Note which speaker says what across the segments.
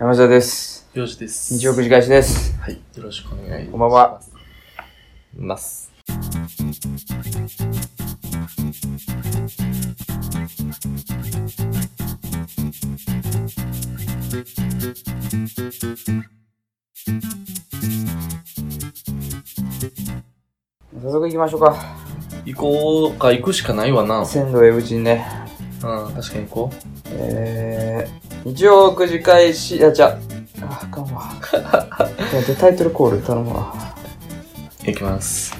Speaker 1: 山下です。
Speaker 2: よしです。
Speaker 1: 日曜くじ返しです。
Speaker 2: はい。よろしくお願いします。
Speaker 1: こんばんは。
Speaker 2: ます。
Speaker 1: 早速行きましょうか。
Speaker 2: 行こうか、行くしかないわな。うん、
Speaker 1: 鮮度へうちにね。
Speaker 2: 確かに行こう。
Speaker 1: えー、日曜くじ返し、あ、じゃあ、あかん わ。でタイトルコール頼むわ。
Speaker 2: 行きます。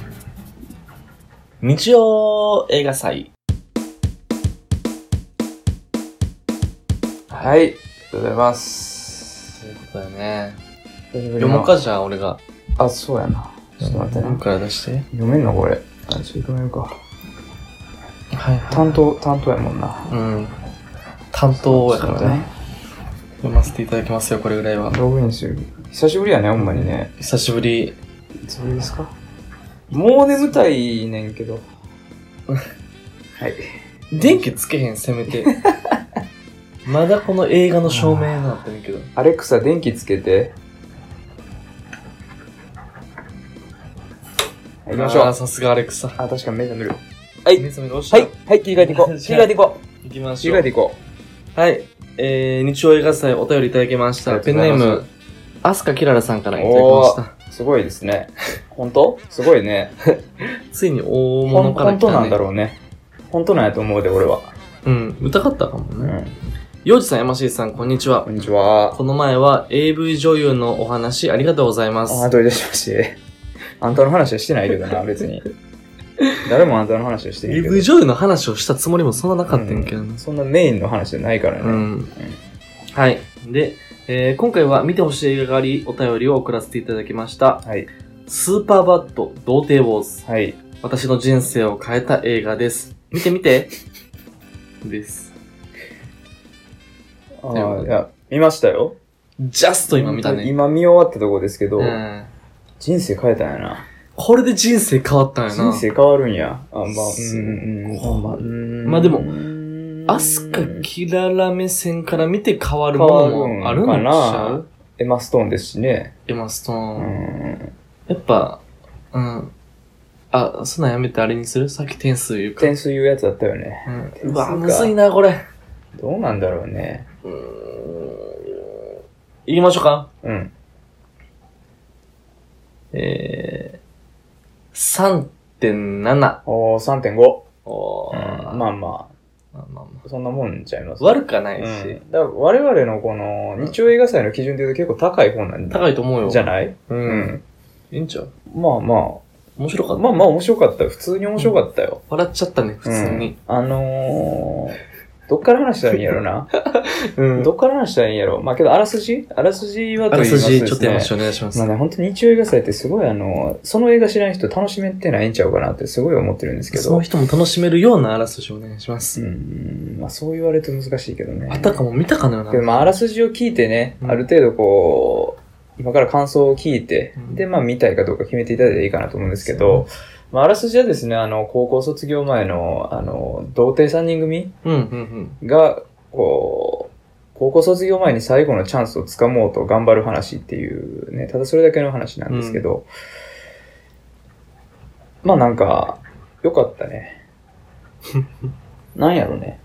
Speaker 2: 日曜映画祭。
Speaker 1: はい、ありがとうございます。
Speaker 2: ということだね。
Speaker 1: 久しぶり
Speaker 2: 読
Speaker 1: の
Speaker 2: もうか、じゃあ俺が。
Speaker 1: あ、そうやな。ちょっと待って
Speaker 2: 読む
Speaker 1: な。
Speaker 2: から出して。
Speaker 1: 読めんのこれ。あ、ちょっと読めるか。
Speaker 2: はいは
Speaker 1: 担当、担当やもんな。
Speaker 2: い。うん。担当やからね。
Speaker 1: ね。
Speaker 2: 読ませていただきますよ、これぐらいは。
Speaker 1: ログインする。久しぶりやね、ほんまにね。
Speaker 2: 久しぶり。
Speaker 1: いつぶりですかもう眠たいねんけ ど。はい。
Speaker 2: 電気つけへん、せ めて。まだこの映画の照明なってるけど。
Speaker 1: アレクサ電気つけて。はい、行きましょう
Speaker 2: あー。さすがアレクサ。
Speaker 1: あ、確かに目覚める。はい
Speaker 2: 目覚めが落ちた。
Speaker 1: はい、はい、切り替えていこう。切り替えていこう。
Speaker 2: 行きまし
Speaker 1: 切り
Speaker 2: ょう
Speaker 1: 替え。ていこ
Speaker 2: はい。えー、日曜映画祭お便りいただきまし
Speaker 1: あ
Speaker 2: た。
Speaker 1: りがと
Speaker 2: ペ
Speaker 1: う
Speaker 2: ン
Speaker 1: ござい
Speaker 2: ネー
Speaker 1: ます
Speaker 2: ム、アスカキララさんからいただきました。
Speaker 1: う。すごいですね。本当すごいね。
Speaker 2: ついに大
Speaker 1: ほん
Speaker 2: 物から
Speaker 1: 本
Speaker 2: 来た、
Speaker 1: 当
Speaker 2: ね。
Speaker 1: なんだろうね。本当なんやと思うで、俺は。
Speaker 2: う。ん、疑ったかも
Speaker 1: う
Speaker 2: ね。
Speaker 1: ん。
Speaker 2: ヨウジさん、山椎さん、こんにちは
Speaker 1: こ。んにちは。
Speaker 2: この前は AV 女優のお話ありがとうございま
Speaker 1: あ、
Speaker 2: す。
Speaker 1: どういたしまして。あんたの話はしてないけどな、別 に。誰もあんたの話はしてないけど
Speaker 2: AV。女優の話をしたつもりもそんななかったんやけど
Speaker 1: う
Speaker 2: ね
Speaker 1: ん。そんなメインの話じゃないから
Speaker 2: う
Speaker 1: ね。
Speaker 2: ん。はい。で、えー今回は見てほしい映画があり、お便りを送らせていただきました。
Speaker 1: はい。
Speaker 2: スーパーバッド、童貞坊主。
Speaker 1: はい。
Speaker 2: 私の人生を変えた映画です。見て見 てです。
Speaker 1: あ
Speaker 2: ということ
Speaker 1: ーい
Speaker 2: で
Speaker 1: や、見ましたよ。
Speaker 2: ジャスト今見たね。
Speaker 1: 今見終わったとこですけど、
Speaker 2: うん
Speaker 1: 人生変えたんやな。
Speaker 2: これで人生変わったんや
Speaker 1: 人
Speaker 2: な。
Speaker 1: 生変わるんや。あ、まあ、うん
Speaker 2: そう
Speaker 1: うんうん。まあ、うん
Speaker 2: まあでも
Speaker 1: も
Speaker 2: アスカキララ目線から見て変わるものもあるの
Speaker 1: 変わる
Speaker 2: ち
Speaker 1: ん
Speaker 2: ゃ
Speaker 1: かな
Speaker 2: う
Speaker 1: エマストーンですしね。
Speaker 2: エマストー
Speaker 1: う
Speaker 2: ン。
Speaker 1: ん。
Speaker 2: やっぱ、うん。あ、そんなんやめてあれにするさっき点数言うか。
Speaker 1: 点数言うやつだったよね。
Speaker 2: うん
Speaker 1: 点数
Speaker 2: う
Speaker 1: か
Speaker 2: わ、むずいな、これ。
Speaker 1: どうなんだろうね。
Speaker 2: うーん。行きましょうか。
Speaker 1: うん。
Speaker 2: えー、3.7。
Speaker 1: おー、3.5。
Speaker 2: おー
Speaker 1: うんまあま
Speaker 2: まあまあま
Speaker 1: あ、そんなもんちゃいます。
Speaker 2: 悪くはな
Speaker 1: う
Speaker 2: いし、
Speaker 1: ん、だから我々のこの日曜映画祭の基準で言うと結構高い方なん
Speaker 2: 高いと思うよ。
Speaker 1: じゃない
Speaker 2: うん。
Speaker 1: うん。
Speaker 2: いいんちゃう
Speaker 1: まあま
Speaker 2: 面白か
Speaker 1: あ、
Speaker 2: った。
Speaker 1: まあまあ面白かったよ。普通に面白かったよ。
Speaker 2: 笑っちゃったね、普通
Speaker 1: う
Speaker 2: に
Speaker 1: ん。あのー、どっから話したらいいんやろ な。
Speaker 2: うん
Speaker 1: どっから話したらいいんやろまあけど、あらすじあらすじは
Speaker 2: あ
Speaker 1: と
Speaker 2: ら
Speaker 1: 言い
Speaker 2: す
Speaker 1: ますとです
Speaker 2: じ、
Speaker 1: ね。
Speaker 2: ちょっとやりましょうお願いします。
Speaker 1: まあね、本当に日曜映画祭ってすごいあの、その映画知らない人楽しめてないんちゃうかなってすごい思ってるんですけ
Speaker 2: その
Speaker 1: ど。
Speaker 2: 人も楽しめるようなあらすじをお願いしま
Speaker 1: う
Speaker 2: す。
Speaker 1: ん、まあそう言われると難しいけどね。
Speaker 2: あたかも見たかのような。
Speaker 1: けど、まああらすじを聞いてね、
Speaker 2: うん
Speaker 1: ある程度こう、今から感想を聞いて、
Speaker 2: うん
Speaker 1: で、まあ見たいかどうか決めていただいていいかなと思うんですけど、まああらすじはですね、あの、高校卒業前の、あの、童貞3人組
Speaker 2: うん、うん、うん。
Speaker 1: が、こう、高校卒業前に最後のチャンスをつかもうと頑張る話っていうね、ただそれだけの話なんですけど、まあなんか、よかったね。 なんやろね。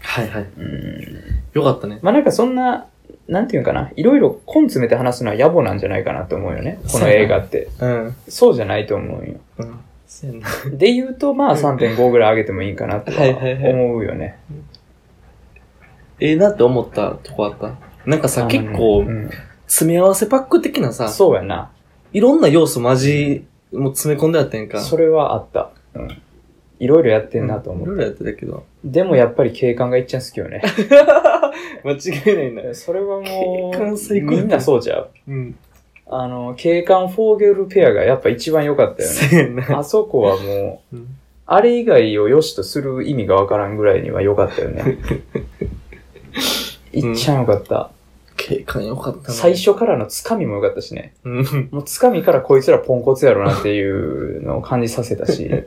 Speaker 2: はいはい。
Speaker 1: うん。
Speaker 2: よかったね。
Speaker 1: まあなんかそんな、なんていうんかな、いろいろ根詰めて話すのは野暮なんじゃないかなと思うよね。この映画って。
Speaker 2: うん。
Speaker 1: そうじゃないと思うよ。
Speaker 2: うん。せやな。
Speaker 1: で言うと、まあ3.5ぐらい上げてもいいかなとは
Speaker 2: はいはいはい
Speaker 1: 思うよね。
Speaker 2: ええなって思ったとこあった。なんかさ、
Speaker 1: あの
Speaker 2: 結構
Speaker 1: う、ん
Speaker 2: 詰め合わせパック的なさ、
Speaker 1: そうやな。
Speaker 2: いろんな要素マジ、もう詰め込んであったやんか。
Speaker 1: それはあった。うん。いろいろやってんなと思
Speaker 2: いろ
Speaker 1: う。
Speaker 2: いろやってたけど。
Speaker 1: でもやっぱり警官がいっちゃん好きよね。
Speaker 2: 間違いないな。
Speaker 1: それはも
Speaker 2: 警官
Speaker 1: う、
Speaker 2: 最高
Speaker 1: みんなそうじゃう。
Speaker 2: うん。
Speaker 1: あの、警官フォーゲルペアがやっぱ一番良かったよ ね。
Speaker 2: せやな。
Speaker 1: あそこはもう、
Speaker 2: うん
Speaker 1: あれ以外を良しとする意味がわからんぐらいには良かったよ ね。いっちゃん良かった。
Speaker 2: 警官よかったな。
Speaker 1: 最。初からのつかみも良かったしね。
Speaker 2: うん。
Speaker 1: もうつかみ からこいつらポンコツやろなっていうのを感じさせたし。
Speaker 2: っ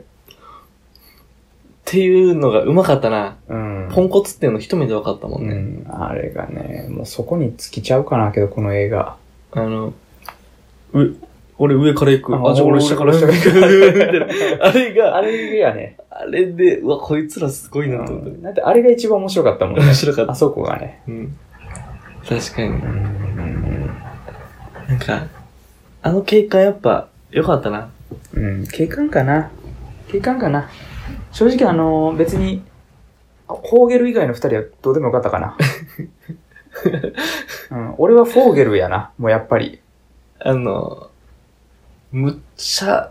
Speaker 2: ていうのがうまかったな。
Speaker 1: うん。
Speaker 2: ポンコツっていうの一目で分かったもん
Speaker 1: う
Speaker 2: ね。
Speaker 1: ん。あれがね、もうそこに尽きちゃうかな、けど、この映画。
Speaker 2: あの、う、俺上から行く。あ、じゃあ俺下から行く。 あれ
Speaker 1: あ
Speaker 2: が、
Speaker 1: れやね。
Speaker 2: あれで、うわ、こいつらすごいなと思っ
Speaker 1: だってあれが一番面白かったもん
Speaker 2: た。
Speaker 1: ね
Speaker 2: 面。白かっ た
Speaker 1: あ。そこがね。
Speaker 2: うん。確かに
Speaker 1: う。ん。
Speaker 2: なんか、あの景観やっぱ良かったな。
Speaker 1: うん、景観かな。景観かな。正直あの別に、あフォーゲル以外の二人はどうでもよかったかな。 うん、俺はフォーゲルやな、もうやっぱり。
Speaker 2: あの、むっちゃ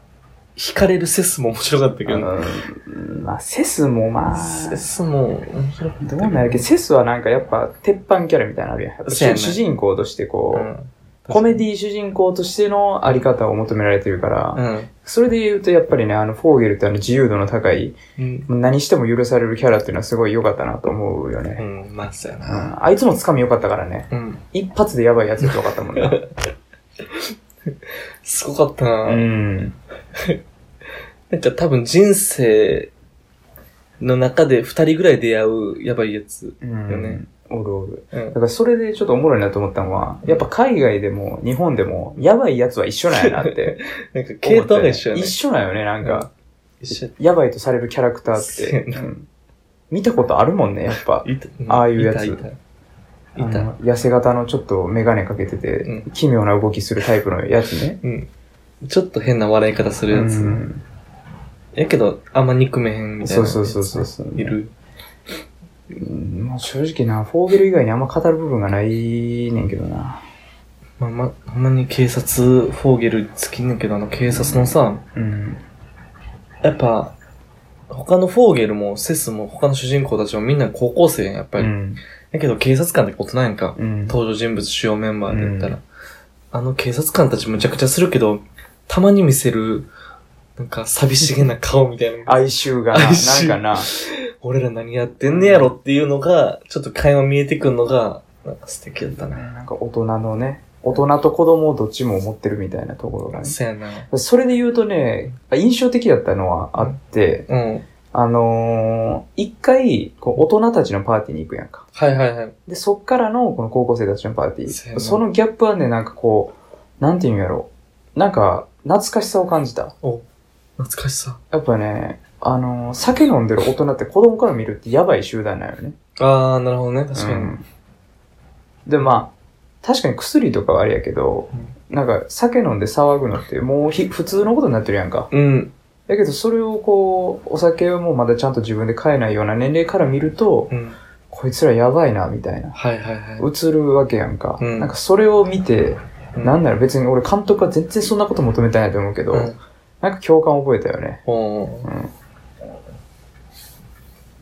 Speaker 2: 惹かれるセスも面白かったけどな。
Speaker 1: うん、まあ、セスもまあ、
Speaker 2: セスも面白かった
Speaker 1: ど
Speaker 2: け
Speaker 1: うなんやけど、セスはなんかやっぱ鉄板キャラみたいなのあるやん。やっぱ
Speaker 2: そうや
Speaker 1: 主
Speaker 2: ね
Speaker 1: 主人公としてこう、
Speaker 2: うん
Speaker 1: コメディ主人公としてのあり方を求められてるから、
Speaker 2: うん。
Speaker 1: それで言うとやっぱりね、あのフォーゲルってあの自由度の高い、
Speaker 2: うん。
Speaker 1: 何しても許されるキャラっていうのはすごい良かったなと思うよね。
Speaker 2: うん、まあ、そうや
Speaker 1: う
Speaker 2: な。
Speaker 1: んあいつもつかみ良かったからね。
Speaker 2: うん。
Speaker 1: 一発でやばいやつって分かったもんな。
Speaker 2: すごかったな。
Speaker 1: うん。
Speaker 2: なんか多分人生の中で二人ぐらい出会うやばいやつ。
Speaker 1: うん。
Speaker 2: よね
Speaker 1: おるおる。
Speaker 2: う
Speaker 1: だ
Speaker 2: ん。
Speaker 1: からそれでちょっとおもろいなと思ったのは、やっぱ海外でも日本でも、やばいやつは一緒なんや なって
Speaker 2: なんか
Speaker 1: 思
Speaker 2: 系
Speaker 1: った
Speaker 2: 統
Speaker 1: よ
Speaker 2: が
Speaker 1: ね。
Speaker 2: 一緒やね
Speaker 1: 一。緒なんよね、なんか。
Speaker 2: 一緒。
Speaker 1: やばいとされるキャラクターっ
Speaker 2: そう
Speaker 1: て。
Speaker 2: やな
Speaker 1: うん見たことあるもんね、やっぱ。
Speaker 2: いた
Speaker 1: ああいうやつ
Speaker 2: いた。いた。
Speaker 1: あ
Speaker 2: いた
Speaker 1: の痩せ型のちょっとメガネかけてて、
Speaker 2: う
Speaker 1: 奇妙な動きするタイプのやつね。
Speaker 2: うん。ちょっと変な笑い方するやつ。
Speaker 1: うん
Speaker 2: やけど、あんま憎めへんみたいな
Speaker 1: そ
Speaker 2: や
Speaker 1: う
Speaker 2: つ。
Speaker 1: そうそうそうそう。
Speaker 2: いる。
Speaker 1: うんまあ正直な、フォーゲル以外にあんま語る部分がないねんけどな。
Speaker 2: まあ、ま、ほんまに警察、フォーゲル好きんねんけど、あの警察のさ、
Speaker 1: うん。
Speaker 2: やっぱ、他のフォーゲルもセスも他の主人公たちもみんな高校生やん、やっぱり。
Speaker 1: うん。
Speaker 2: やけど警察官ってことないんか。
Speaker 1: うん。
Speaker 2: 登場人物主要メンバーで言ったら、あの警察官たちむちゃくちゃするけど、たまに見せる、なんか寂しげな顔みたいな。
Speaker 1: 哀愁がな、
Speaker 2: 哀愁
Speaker 1: なんかな、
Speaker 2: 俺ら何やってんねやろっていうのが、ちょっと会話見えてくるのが、なんか素敵だったな。
Speaker 1: なんか大人のね、大人と子供をどっちも持ってるみたいなところがね。
Speaker 2: そやな。
Speaker 1: それで言うとね、印象的だったのはあって、
Speaker 2: うん。
Speaker 1: あのー一回、こう、大人たちのパーティーに行くやんか。
Speaker 2: はいはいはい。
Speaker 1: で、そっからの、この高校生たちのパーティ
Speaker 2: そう
Speaker 1: ー。
Speaker 2: やな
Speaker 1: そのギャップはね、なんかこう、なんていうんやろなんか、懐かしさを感じた。
Speaker 2: 懐かしさ。
Speaker 1: やっぱね、あのー酒飲んでる大人って子供から見るってやばい集団なんよね。
Speaker 2: あー、なるほどね。確かに。
Speaker 1: うんで、まあ、確かに薬とかはあれやけど、なんか酒飲んで騒ぐのってもうひ普通のことになってるやんか。
Speaker 2: うん。
Speaker 1: だけどそれをこう、お酒をもうまだちゃんと自分で買えないような年齢から見ると、
Speaker 2: うん。
Speaker 1: こいつらやばいな、みたいな。
Speaker 2: はいはいは
Speaker 1: 映るわけやんか。
Speaker 2: うん
Speaker 1: なんかそれを見て、
Speaker 2: い。
Speaker 1: なん
Speaker 2: だ
Speaker 1: だろう、別に俺監督は全然そんなこと求めてないと思うけど、
Speaker 2: うん。
Speaker 1: なんか共感覚えたよね。
Speaker 2: ほ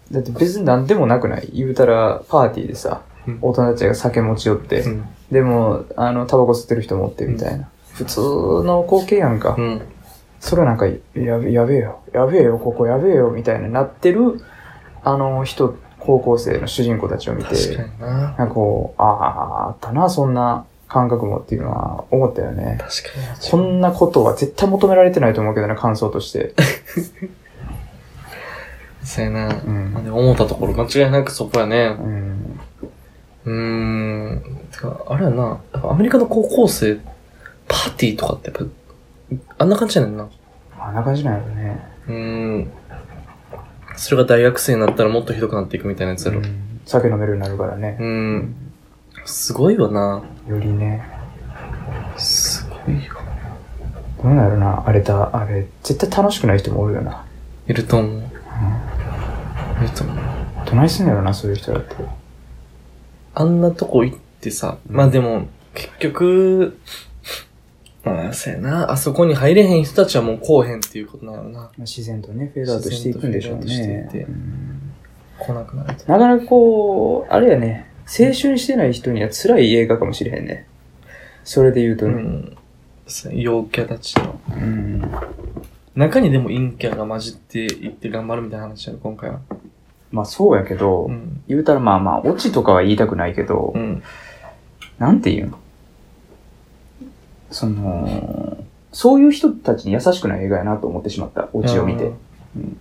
Speaker 2: う
Speaker 1: だって別に何でもなくない言うたら、パーティーでさ
Speaker 2: うん、
Speaker 1: 大人たちが酒持ち寄って、
Speaker 2: うん。
Speaker 1: でも、あの、タバコ吸ってる人もおってみたいな。普通の光景やんか。
Speaker 2: うん。
Speaker 1: それはなんか、やべ、やべえよ。やべえよ、ここやべえよ、みたいななってる、あの人、高校生の主人公たちを見て、
Speaker 2: 確かにな。
Speaker 1: なんかこう、ああ、あったな、そんな感覚もっていうのは思ったよね。
Speaker 2: 確かに。
Speaker 1: こんなことは絶対求められてないと思うけどね、感想として。
Speaker 2: そやな。
Speaker 1: うん。
Speaker 2: で思ったところ間違いなくそこやね。
Speaker 1: うん。
Speaker 2: うーん。てか、あれやな、やっぱアメリカの高校生、パーティーとかってやっぱ、あんな感じやねんな。
Speaker 1: あんな感じなんやろね。
Speaker 2: うーん。それが大学生になったらもっとひどくなっていくみたいなやつやろ。
Speaker 1: うん酒飲めるようになるから
Speaker 2: う
Speaker 1: ね。
Speaker 2: ん。すごいよな。
Speaker 1: よりね。
Speaker 2: すごいよ。
Speaker 1: どうなるな、あれだ、あれ、絶対楽しくない人もおるよな。
Speaker 2: いると思う。いると思う。
Speaker 1: どないすんやろな、そういう人だって。
Speaker 2: あんなとこ行ってさ、
Speaker 1: うん
Speaker 2: まあでも、結局、まあ、そうやな。あそこに入れへん人たちはもうこうへんっていうことなのな。
Speaker 1: 自然とね、フェードアウトしていくんでしょう
Speaker 2: 自然
Speaker 1: ね
Speaker 2: とフェードアウトしてい。って
Speaker 1: うん
Speaker 2: 来なくなると。
Speaker 1: なかなかこう、あれやね、青春してない人には辛い映画かもしれへんね。それで言うと
Speaker 2: う
Speaker 1: ね。
Speaker 2: ん。そう陽キャたちの。
Speaker 1: うん。
Speaker 2: 中にでも陰キャが混じっていって頑張るみたいな話やろ、今回は。
Speaker 1: まあそうやけど、
Speaker 2: うん。
Speaker 1: 言うたらまあまあ、オチとかは言いたくないけど、
Speaker 2: うん。
Speaker 1: なんて言うのその、そういう人たちに優しくない映画やなと思ってしまった、オチを見て。
Speaker 2: うん
Speaker 1: うん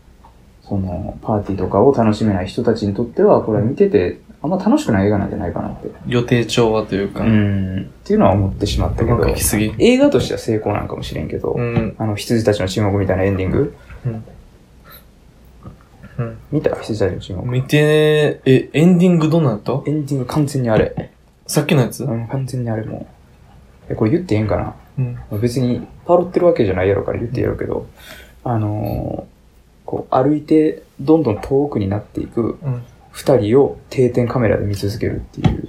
Speaker 1: その、パーティーとかを楽しめない人たちにとっては、これ見てて、あんま楽しくない映画なんじゃないかなって。
Speaker 2: 予定調和というか、
Speaker 1: うん。っていうのは思ってしまった
Speaker 2: う
Speaker 1: け
Speaker 2: ま
Speaker 1: ど
Speaker 2: く、いきすぎ。
Speaker 1: 映画としては成功なんかもしれんけど、
Speaker 2: うん。
Speaker 1: あの、羊たちの沈黙みたいなエンディング
Speaker 2: うん。
Speaker 1: 見た羊たちの沈黙。
Speaker 2: 見て、え、エンディングどうなった
Speaker 1: エンディング完全にあれ。
Speaker 2: さっきのやつ
Speaker 1: うん、完全にあれもう。え、これ言ってええんかな
Speaker 2: うん。
Speaker 1: 別にパロってるわけじゃないやろから言ってやるけど、あのーこう歩いてどんどん遠くになっていく
Speaker 2: うん。
Speaker 1: 二人を定点カメラで見続けるっていう、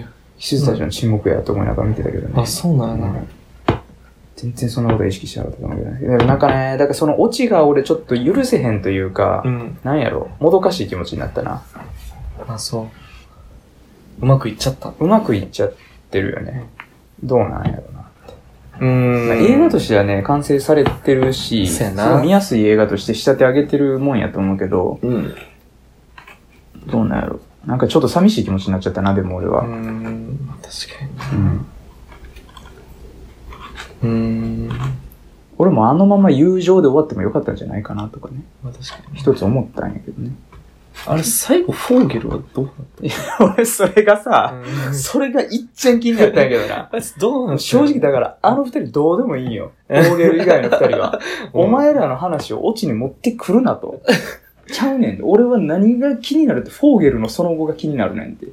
Speaker 2: へえ。
Speaker 1: 羊たちの沈黙やと思いながら見てたけどね。
Speaker 2: あ、そうなんや
Speaker 1: う
Speaker 2: な。
Speaker 1: ん全然そんなことは意識してなかったかもしれない。でもなんかね、だからそのオチが俺ちょっと許せへんというか、
Speaker 2: うん。
Speaker 1: なんやろ、もどかしい気持ちになったな。
Speaker 2: あ、そう。うまくいっちゃった。う
Speaker 1: うまくいっちゃってるよね。どうなんやろな。
Speaker 2: ーん。
Speaker 1: まあ映画と
Speaker 2: し
Speaker 1: してはね、完成されてるし、
Speaker 2: そうやな
Speaker 1: すごい見やすい映画として仕立て上げてるもんやと思うけど、
Speaker 2: て。うん。
Speaker 1: どうなんやろ。なんかちょっと寂しい気持ちになっちゃったな、でも俺
Speaker 2: う
Speaker 1: は。
Speaker 2: ーん。確かに。
Speaker 1: うん
Speaker 2: うーん。ま
Speaker 1: 俺もあのまま友情で終わってもよかったんじゃないかなとかね、
Speaker 2: あ確かに。
Speaker 1: 一つ思ったんやけどね。
Speaker 2: あれ、最後、フォーゲルはどう
Speaker 1: 俺、それがさ、
Speaker 2: なった
Speaker 1: それが一ちゃん気になったんやけどな。
Speaker 2: あいつどうなん
Speaker 1: 正直だから、あの二人どうでもいいよ。オーゲル以外の二人 は。お前らの話をオチに持ってくるな と。ちゃうねん。俺は何が気になるって、フォーゲルのその後が気になるねんって。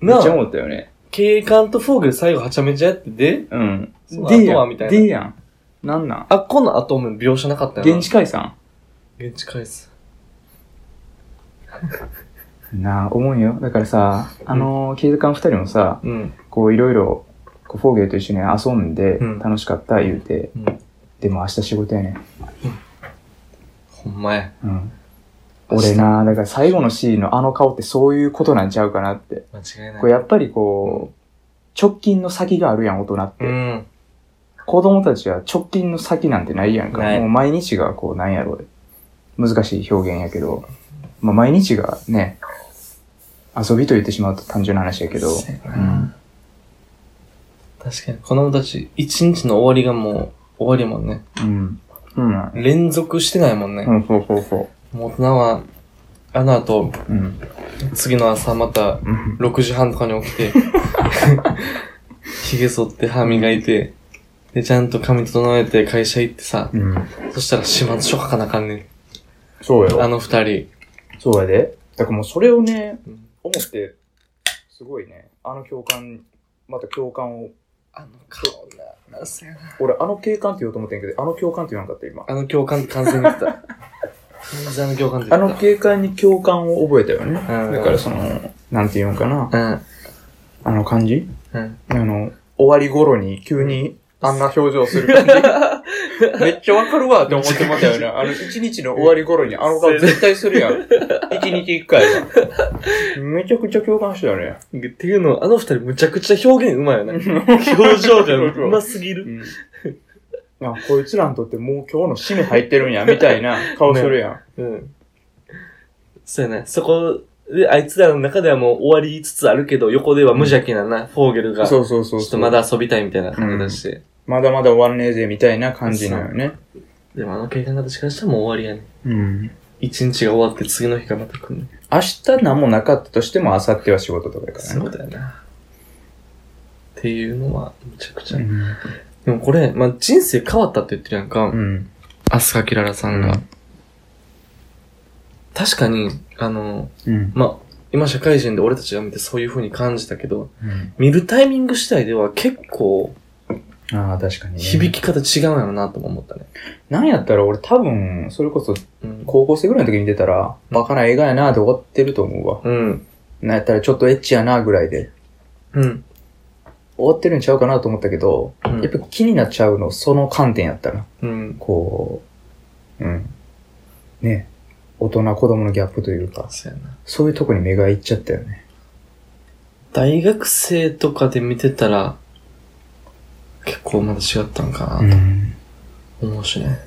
Speaker 1: め
Speaker 2: な
Speaker 1: っちゃ
Speaker 2: あ、
Speaker 1: 思ったよね。
Speaker 2: 警官とフォーゲル最後はちゃめちゃやってで、
Speaker 1: うん。
Speaker 2: そう
Speaker 1: で
Speaker 2: あと
Speaker 1: や
Speaker 2: は
Speaker 1: ん。
Speaker 2: みたいな
Speaker 1: でやん。なんなん
Speaker 2: あ、この後も描写なかったよな。
Speaker 1: 現地解散
Speaker 2: 現地返す。
Speaker 1: なあ、思うよ。だからさ、あのー、警官二人もさ、
Speaker 2: うん。
Speaker 1: こういろいろ、こうフォーゲルと一緒に遊んで
Speaker 2: うん、
Speaker 1: 楽しかった言うて、
Speaker 2: うん。
Speaker 1: でも明日仕事やねん。
Speaker 2: ほんまや。
Speaker 1: うん。俺な、だから最後のシーンのあの顔ってそういうことなんちゃうかなって。
Speaker 2: 間違いない。
Speaker 1: こうやっぱりこう、直近の先があるやん、大人って。
Speaker 2: うん。
Speaker 1: 子供たちは直近の先なんてないやんか。
Speaker 2: ない
Speaker 1: もう毎日がこう、なんやろう。難しい表現やけど、まあ毎日がね、遊びと言ってしまうと単純な話やけど、
Speaker 2: そうや
Speaker 1: う、
Speaker 2: なん確かに、子供たち、一日の終わりがもう、終わりもんね。
Speaker 1: うん。うん。
Speaker 2: 連続してないもんね。
Speaker 1: うん、ほうほうほ
Speaker 2: もう大人は、あの後、
Speaker 1: う。うん。
Speaker 2: 次の朝また、
Speaker 1: うん
Speaker 2: 6時半とかに起 きて、 髭剃って歯磨いて、で、ちゃんと髪整えて会社行ってさ、
Speaker 1: うん。
Speaker 2: そしたら始末書書かなあかんね。
Speaker 1: そうん
Speaker 2: あ
Speaker 1: よ。
Speaker 2: の二人。
Speaker 1: そうやで。だからもうそれをね、
Speaker 2: うん
Speaker 1: 思って、すごいね、あの共感、また共感を、
Speaker 2: あの顔な、そやな。
Speaker 1: 俺あの警官って言おうと思ってんけど、あの共感って言わなかった今。
Speaker 2: あの共感完全に言 った。完全に共感って
Speaker 1: あ
Speaker 2: 言っ
Speaker 1: の警官に共感を覚えたよね。
Speaker 2: うん
Speaker 1: だからその、なんて言うんかな、
Speaker 2: た。
Speaker 1: あの感じ
Speaker 2: うん。うん。
Speaker 1: あの、終わり頃に急にあんな表情する感じ。 めっちゃわかるわって思ってましたよね。あの、一日の終わり頃にあの顔絶対するやん。一日一回や んめちゃくちゃ共感したよね。
Speaker 2: っていうのは、あの二人むちゃくちゃ表現うまいよね。表情がうますぎる。
Speaker 1: うん、あこいつらにとってもう今日の締め入ってるんや、みたい な顔するやん。
Speaker 2: うん。そうやね。そこで、あいつらの中ではもう終わりつつあるけど、横では無邪気なな、フォーゲルが。
Speaker 1: そうそうそうそう。
Speaker 2: ちょっとまだ遊びたいみたいな感じだして。
Speaker 1: まだまだ終わんねえぜ、みたいな感じなのね。
Speaker 2: でもあの警官が私からしたらもう終わりやね。
Speaker 1: うん。
Speaker 2: 一日が終わって次の日がまた来るね。
Speaker 1: 明日何もなかったとしても、明後日は仕事とかやから
Speaker 2: そ
Speaker 1: ね。
Speaker 2: うだよな。っていうのは、めちゃくちゃ。
Speaker 1: うん
Speaker 2: でもこれ、まあ、人生変わったって言ってるやんか。
Speaker 1: うん。
Speaker 2: アスカキララさんが。
Speaker 1: うん
Speaker 2: 確かに、あの、
Speaker 1: うん。
Speaker 2: まあ、今社会人で俺たちが見てそういう風に感じたけど、
Speaker 1: うん
Speaker 2: 見るタイミング次第では結構、
Speaker 1: ああ、確かに、ね。
Speaker 2: 響き方違うんやろなとも思ったね。
Speaker 1: なんやったら俺多分、それこそ
Speaker 2: うん。
Speaker 1: 高校生ぐらいの時に出たら、バカな映画やなって終わってると思うわ。
Speaker 2: うん。
Speaker 1: なんやったらちょっとエッチやなぐらいで、
Speaker 2: うん。
Speaker 1: 終わってるんちゃうかなと思ったけど、やっぱ気になっちゃうの、その観点やったな。
Speaker 2: うん。
Speaker 1: こう、うん。ね大人子供のギャップというか、
Speaker 2: そうやな。
Speaker 1: そういうとこに目がいっちゃったよね。
Speaker 2: 大学生とかで見てたら、結構まだ違ったんかな、
Speaker 1: ん。
Speaker 2: と思うしね。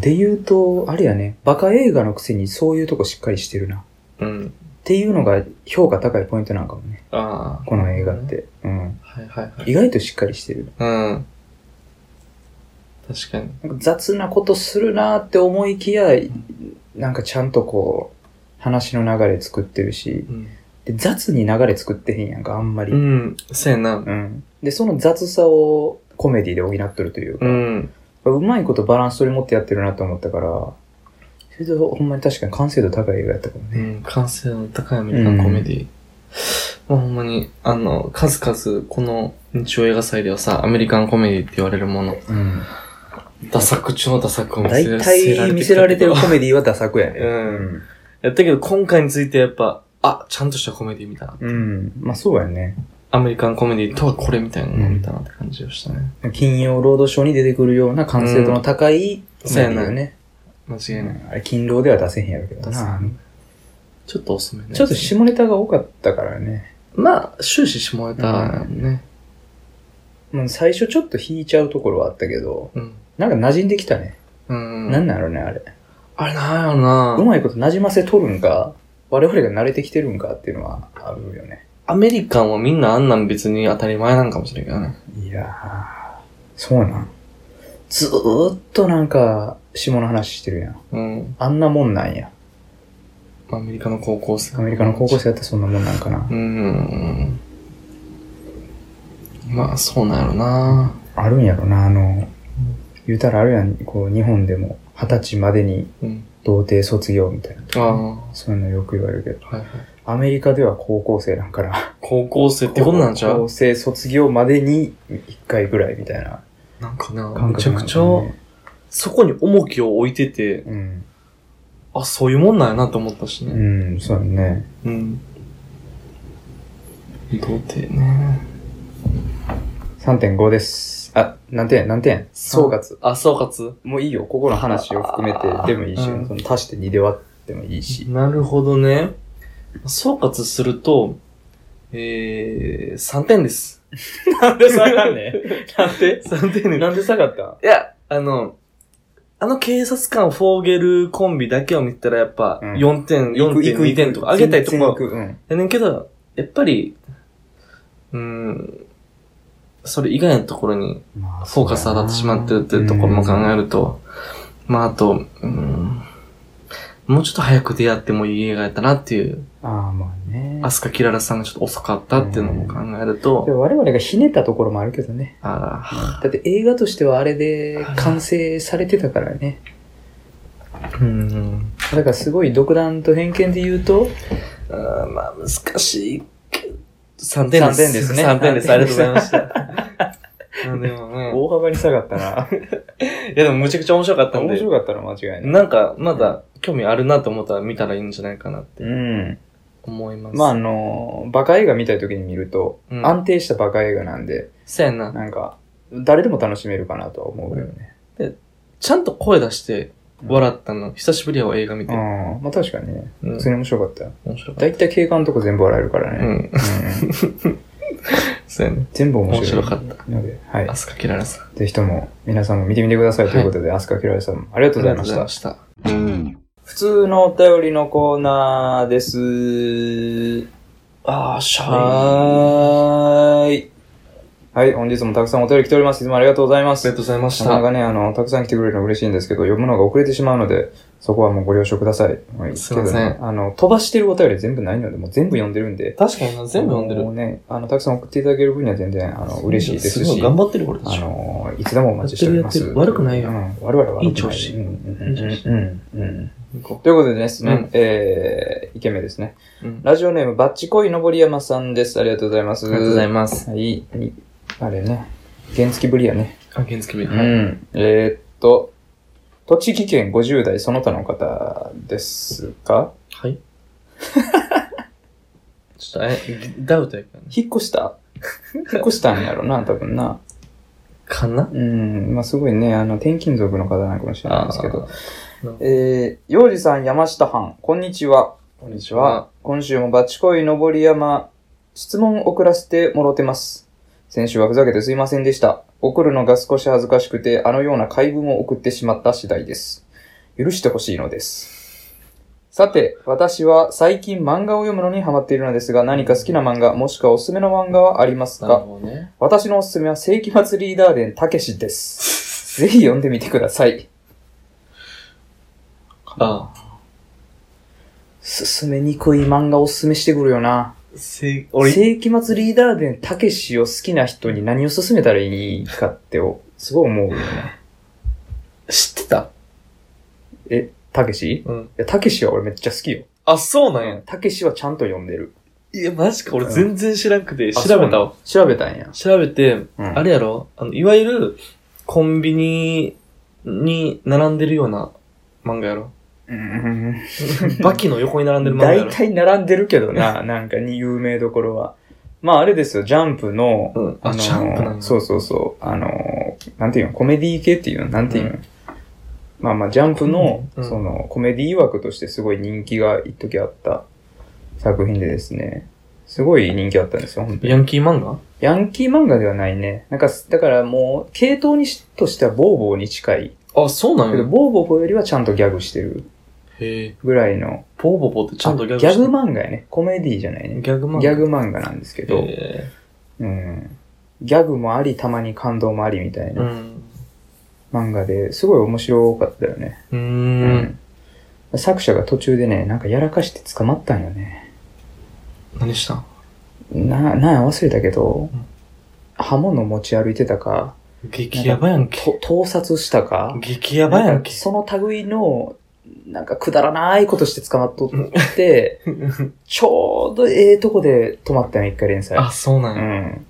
Speaker 1: で言うと、あれやね、バカ映画のくせにそういうとこしっかりしてるな。っ
Speaker 2: うん。
Speaker 1: ていうのが評価高いポイントなんかもね。
Speaker 2: ああ。
Speaker 1: この映画って。うん。
Speaker 2: はいはいはい。
Speaker 1: 意外としっかりしてる。
Speaker 2: うん。確かに。
Speaker 1: なんか雑なことするなって思いきや、なんかちゃんとこう、話の流れ作ってるし、
Speaker 2: うん。
Speaker 1: で雑に流れ作ってへんやんか、あんまり。
Speaker 2: う
Speaker 1: うん。
Speaker 2: ん。そうやな。
Speaker 1: で、その雑さをコメディで補っとるというか、
Speaker 2: うん。
Speaker 1: うまいことバランス取り持ってやってるなと思ったから、それでほんまに確かに完成度高い映画やったかも
Speaker 2: う
Speaker 1: ね。
Speaker 2: ん。完成度の高いアメリカンコメディ。まあほんまに、あの、数々、この日曜映画祭ではさ、アメリカンコメディって言われるもの、
Speaker 1: うん。
Speaker 2: ダサ作中のダサ作を見
Speaker 1: 大
Speaker 2: せ
Speaker 1: 体見せられてる
Speaker 2: きた
Speaker 1: コ
Speaker 2: けど
Speaker 1: メディはダ作やね。
Speaker 2: うんやったけど、今回についてやっぱ、あ、ちゃんとしたコメディみたいな。
Speaker 1: うん。うん。まあそうやね。
Speaker 2: アメリカンコメディとはこれみたいなのを見たなって感じをしたね。
Speaker 1: 金曜ロードショーに出てくるような完成度の高いコメディよね。
Speaker 2: 間違いない。
Speaker 1: あれ、勤労では出せへんやろうけどな。
Speaker 2: ちょっと遅めね。
Speaker 1: ちょっと下ネタが多かったからね。
Speaker 2: まあ、終始下ネタやもんね。
Speaker 1: まあ最初ちょっと引いちゃうところはあったけど、
Speaker 2: うん。
Speaker 1: なんか馴染んできたね。
Speaker 2: うん。
Speaker 1: なんなんやろね、あれ。
Speaker 2: あれなんやろな
Speaker 1: うまいこと馴染ませとるんか、我々が慣れてきてるんかっていうのはあるよね。
Speaker 2: アメリカンはみんなあんなん別に当たり前なんかもしれんけどね。
Speaker 1: いやー、そうなん。ずーっとなんか、下の話してるやん。
Speaker 2: うん。
Speaker 1: あんなもんなんや。
Speaker 2: アメリカの高校生。
Speaker 1: アメリカの高校生だったらそんなもんなんかな
Speaker 2: う。ん。まあ、そうなんやろな
Speaker 1: あるんやろな、あの、言うたらあるやん、こう、日本でも、二十歳までに
Speaker 2: うん。
Speaker 1: 童貞卒業みたいな。
Speaker 2: ああ。は
Speaker 1: そういうのよく言われるけど。
Speaker 2: いはい。
Speaker 1: アメリカでは高校生なんから。
Speaker 2: 高校生ってことなんちゃ
Speaker 1: 高
Speaker 2: う
Speaker 1: 校生卒業までに一回ぐらいみたいな
Speaker 2: なんかな、
Speaker 1: 感
Speaker 2: めち
Speaker 1: 覚
Speaker 2: ゃ
Speaker 1: な
Speaker 2: く
Speaker 1: ん
Speaker 2: ちゃ
Speaker 1: か、ね。
Speaker 2: そこに重きを置いてて、
Speaker 1: うん。
Speaker 2: あ、そういうもんなんやなと思ったしね。
Speaker 1: うん、そうだね。
Speaker 2: うん。童貞ね。
Speaker 1: 3.5です。あ、何点何点総括。
Speaker 2: あ、総括
Speaker 1: もういいよ。ここの話を含めてでもいいし、
Speaker 2: うん
Speaker 1: その足して2で割ってもいいし。
Speaker 2: なるほどね。総括すると、えー、3点です。
Speaker 1: なんで下がんねなんで
Speaker 2: 3点ね。
Speaker 1: なんで下がった
Speaker 2: いや、あの、あの警察官フォーゲルコンビだけを見たらやっぱ
Speaker 1: うん
Speaker 2: 4点、4.2点とか上げたいところ
Speaker 1: 全然行くうん。
Speaker 2: やねんけど、やっぱり、うーん、それ以外のところに
Speaker 1: まあ
Speaker 2: フォーカス当たってしまってるっていうところも考えると、まああと、うーん、もうちょっと早く出会ってもいい映画やったなっていう、
Speaker 1: ああ、まあね。
Speaker 2: アスカキララさんがちょっと遅かったっていうのも考えると
Speaker 1: で、も我々がひねったところもあるけどね。
Speaker 2: あ
Speaker 1: だって映画としてはあれで完成されてたからね。
Speaker 2: あ、うーん、
Speaker 1: だからすごい独断と偏見で言うと、
Speaker 2: あーまあ難しいけど、3点です。
Speaker 1: 3点ですね
Speaker 2: 3点です。ありがとうございまし
Speaker 1: 3
Speaker 2: た。うんでもね、
Speaker 1: 大幅に下がった な。
Speaker 2: いやでもむちゃくちゃ面白かったん
Speaker 1: 面
Speaker 2: で、
Speaker 1: 白かったの間違いない。
Speaker 2: なんかまだ興味あるなと思ったら見たらいいんじゃないかなって
Speaker 1: うん。
Speaker 2: 思います。
Speaker 1: まああの、バカ映画見たい時に見ると、
Speaker 2: うん
Speaker 1: 安定したバカ映画なんで、
Speaker 2: そうやな。
Speaker 1: なんか、誰でも楽しめるかなとは思うよね。
Speaker 2: ちゃんと声出して笑ったの。久しぶりやわ、映画見
Speaker 1: う
Speaker 2: て。
Speaker 1: ん。まあ確かにね、
Speaker 2: うん
Speaker 1: 普通に面白かったよ。
Speaker 2: 面白かっ
Speaker 1: だいたい景観のとこ全部笑えるから
Speaker 2: た。
Speaker 1: ね。
Speaker 2: ん。
Speaker 1: うん
Speaker 2: そうやね。
Speaker 1: 全部面
Speaker 2: 面
Speaker 1: 白い
Speaker 2: 白。かった。
Speaker 1: ので、はい
Speaker 2: ア。スカキララさん。あ
Speaker 1: ぜひとも、皆さんも見てみてくださいということで、アスカキララさんもありがとうございました。
Speaker 2: した。
Speaker 1: 普通のお便りのコーナーです。
Speaker 2: あー、シャイ。あ
Speaker 1: はーい。はい、本日もたくさんお便り来ております。いつもありがとうございます
Speaker 2: りがと。うございまし
Speaker 1: なかな
Speaker 2: た。
Speaker 1: かね、あの、たくさん来てくれるの嬉しいんですけど、読むのが遅れてしまうので、そこはもうご了承ください。はい
Speaker 2: すいませ
Speaker 1: け
Speaker 2: ん
Speaker 1: どねあの、飛ばしてるお便り全部ないので、もう全部読んでるんで。
Speaker 2: 確かにな、全部読んで
Speaker 1: もう
Speaker 2: る。
Speaker 1: ね、あの、たくさん送っていただける分には全然、あの、嬉しいです
Speaker 2: ご
Speaker 1: し、
Speaker 2: 頑張ってる、俺た
Speaker 1: あ
Speaker 2: ち。
Speaker 1: の、いつでもお待ちしております。
Speaker 2: やってるやってる悪くないよ
Speaker 1: うん、我々は悪くない。
Speaker 2: いい調子
Speaker 1: うん、うん、
Speaker 2: いい調子
Speaker 1: うん、うんうん。
Speaker 2: 行こと
Speaker 1: いうことでですね、
Speaker 2: うん
Speaker 1: えー、イケメンですね。
Speaker 2: ううん。あ
Speaker 1: ラジオネーム、バッチコイのぼりやまさんです。ありがとうございます。
Speaker 2: りがとうございます。
Speaker 1: はい、にあれね、原付ぶりやね。
Speaker 2: あ、原付ビ
Speaker 1: う
Speaker 2: ー
Speaker 1: ん。えーっと、栃木県50代その他の方ですか
Speaker 2: はい。 ちょっと、え、ダウトやからね。
Speaker 1: 引っ越した引っ越したんやろな、多分な。
Speaker 2: かな
Speaker 1: うん。まあ、すごいね、あの、転勤族の方なのかもしれないんですけど。
Speaker 2: ー
Speaker 1: えー、洋二さん、山下藩、こんにちは。こん
Speaker 2: にちは。
Speaker 1: 今週もバチコイ登り山、質問送らせてもろてます。先週はふざけてすいませんでした。送るのが少し恥ずかしくて、あのような怪文を送ってしまった次第です。許してほしいのです。さて、私は最近漫画を読むのにハマっているのですが、何か好きな漫画、もしくはおすすめの漫画はあります
Speaker 2: なる
Speaker 1: か
Speaker 2: ほどね。
Speaker 1: 私のおすすめは世紀末リーダー伝たけしです。ぜひ読んでみてください。
Speaker 2: あ
Speaker 1: 進めにくい漫画おすすめしてくるよな。
Speaker 2: せ俺、
Speaker 1: 世紀末リーダー伝、たけしを好きな人に何を勧めたらいいかって、すごい思うよね。
Speaker 2: 知ってた
Speaker 1: え、たけしい
Speaker 2: うん。
Speaker 1: や、たけしは俺めっちゃ好きよ。
Speaker 2: あ、そうなんや。
Speaker 1: たけしはちゃんと読んでる。
Speaker 2: いや、マジか、俺全然知らんくて、
Speaker 1: あ
Speaker 2: 調べたわ。
Speaker 1: そうなん調べたんや。
Speaker 2: 調べて、
Speaker 1: うん
Speaker 2: あれやろあの、いわゆる、コンビニに並んでるような漫画や ろ
Speaker 1: うん
Speaker 2: バキの横に並んでる漫画や
Speaker 1: 大
Speaker 2: ろ
Speaker 1: 体並んでるけどな、なんかに有名どころは。まああれですよ、ジャンプの、
Speaker 2: うん。あ、
Speaker 1: のー
Speaker 2: ジャンプなんだ。
Speaker 1: そうそうそう、あのー、なんていうの、コメディ系っていうの、なんていうの、まあまあジャンプの、
Speaker 2: うんうん
Speaker 1: その、コメディ枠としてすごい人気が一時あった作品でですね、すごい人気あったんですよ、本当に
Speaker 2: ヤンキー漫画
Speaker 1: ヤンキー漫画ではないね。なんか、だからもう、系統にしとしてはボーボーに近い。
Speaker 2: あ、そうな
Speaker 1: け
Speaker 2: ん
Speaker 1: ど、
Speaker 2: や。
Speaker 1: ボーボーよりはちゃんとギャグしてる
Speaker 2: へえ。
Speaker 1: ぐらいの、
Speaker 2: ボーボーボーってちゃんとギャグ
Speaker 1: あギャグ
Speaker 2: マ
Speaker 1: 漫画やね。コメディじゃないね。
Speaker 2: ギャグマン
Speaker 1: ギャグ漫画なんですけど、
Speaker 2: へ
Speaker 1: うん、ギャグもあり、たまに感動もありみたい
Speaker 2: え
Speaker 1: な
Speaker 2: う。
Speaker 1: ん漫画ですごい面白かったよね。
Speaker 2: うー。
Speaker 1: うん作者が途中でね、なんかやらかして捕まったんよね。
Speaker 2: 何したん
Speaker 1: な、なんや忘れたけど
Speaker 2: うん、
Speaker 1: 刃物持ち歩いてたか、
Speaker 2: 激ヤバやんけ。
Speaker 1: と盗撮したか、
Speaker 2: 激ヤバや
Speaker 1: なんんか
Speaker 2: け。
Speaker 1: その類の、なんかくだらないことして捕まっと って、ちょうどええとこで止まったの、一回連載。
Speaker 2: あ、そうなん
Speaker 1: う
Speaker 2: や。
Speaker 1: ん。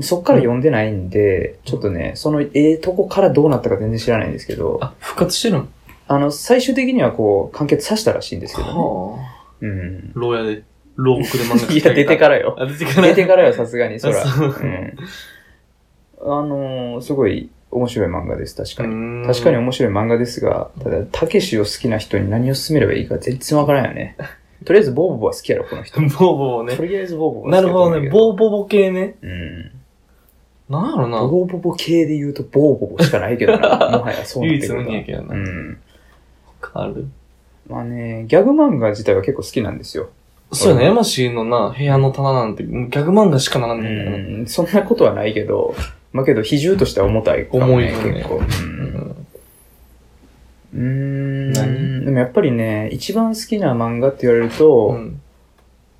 Speaker 1: そっから読んでないんで、ちょっとね、そのええとこからどうなったか全然知らないんですけど、
Speaker 2: あ、復活してるん
Speaker 1: あの、最終的にはこう、完結させたらしいんですけど
Speaker 2: はあ。
Speaker 1: ね。うん。
Speaker 2: 牢屋で。牢獄で漫画書
Speaker 1: い
Speaker 2: き
Speaker 1: や、
Speaker 2: 上
Speaker 1: 出
Speaker 2: げた
Speaker 1: てからよ。
Speaker 2: あ、出てから。
Speaker 1: 出てからよ、さすがに、そら。
Speaker 2: あそう
Speaker 1: うん。あのーすごい面白い漫画です、確かに。
Speaker 2: に
Speaker 1: 確かに面白い漫画ですが、ただ、たけしを好きな人に何を勧めればいいか全然わからんよね。とりあえず、ボーボーは好きやろ、この人。
Speaker 2: ボーボー ね
Speaker 1: と。りあえず、ボーボーは
Speaker 2: な
Speaker 1: 好き
Speaker 2: る
Speaker 1: やと思
Speaker 2: ほ
Speaker 1: う
Speaker 2: ど
Speaker 1: んだ
Speaker 2: ね。
Speaker 1: けど。
Speaker 2: ボーボボ系ね。
Speaker 1: うん。
Speaker 2: なんやろ
Speaker 1: ボ
Speaker 2: な。
Speaker 1: ボボボ系で言うとボーボボしかないけどな。もはやそうな
Speaker 2: 唯
Speaker 1: んだ
Speaker 2: 一
Speaker 1: けど
Speaker 2: 無二や
Speaker 1: な。
Speaker 2: けど
Speaker 1: う
Speaker 2: な。
Speaker 1: ん。
Speaker 2: ある。
Speaker 1: まあね、ギャグ漫画自体は結構好きなんですよ。
Speaker 2: そうやな、山氏のな、部屋の棚なんて、ギャグ漫画しかならんねんだよな。
Speaker 1: うん、そんなことはないけど、まあけど比重としては重たいかもね、
Speaker 2: 重いよね
Speaker 1: 結構。うん
Speaker 2: うん
Speaker 1: うーん。
Speaker 2: 何
Speaker 1: でもやっぱりね、一番好きな漫画って言われる
Speaker 2: う
Speaker 1: と、
Speaker 2: ん。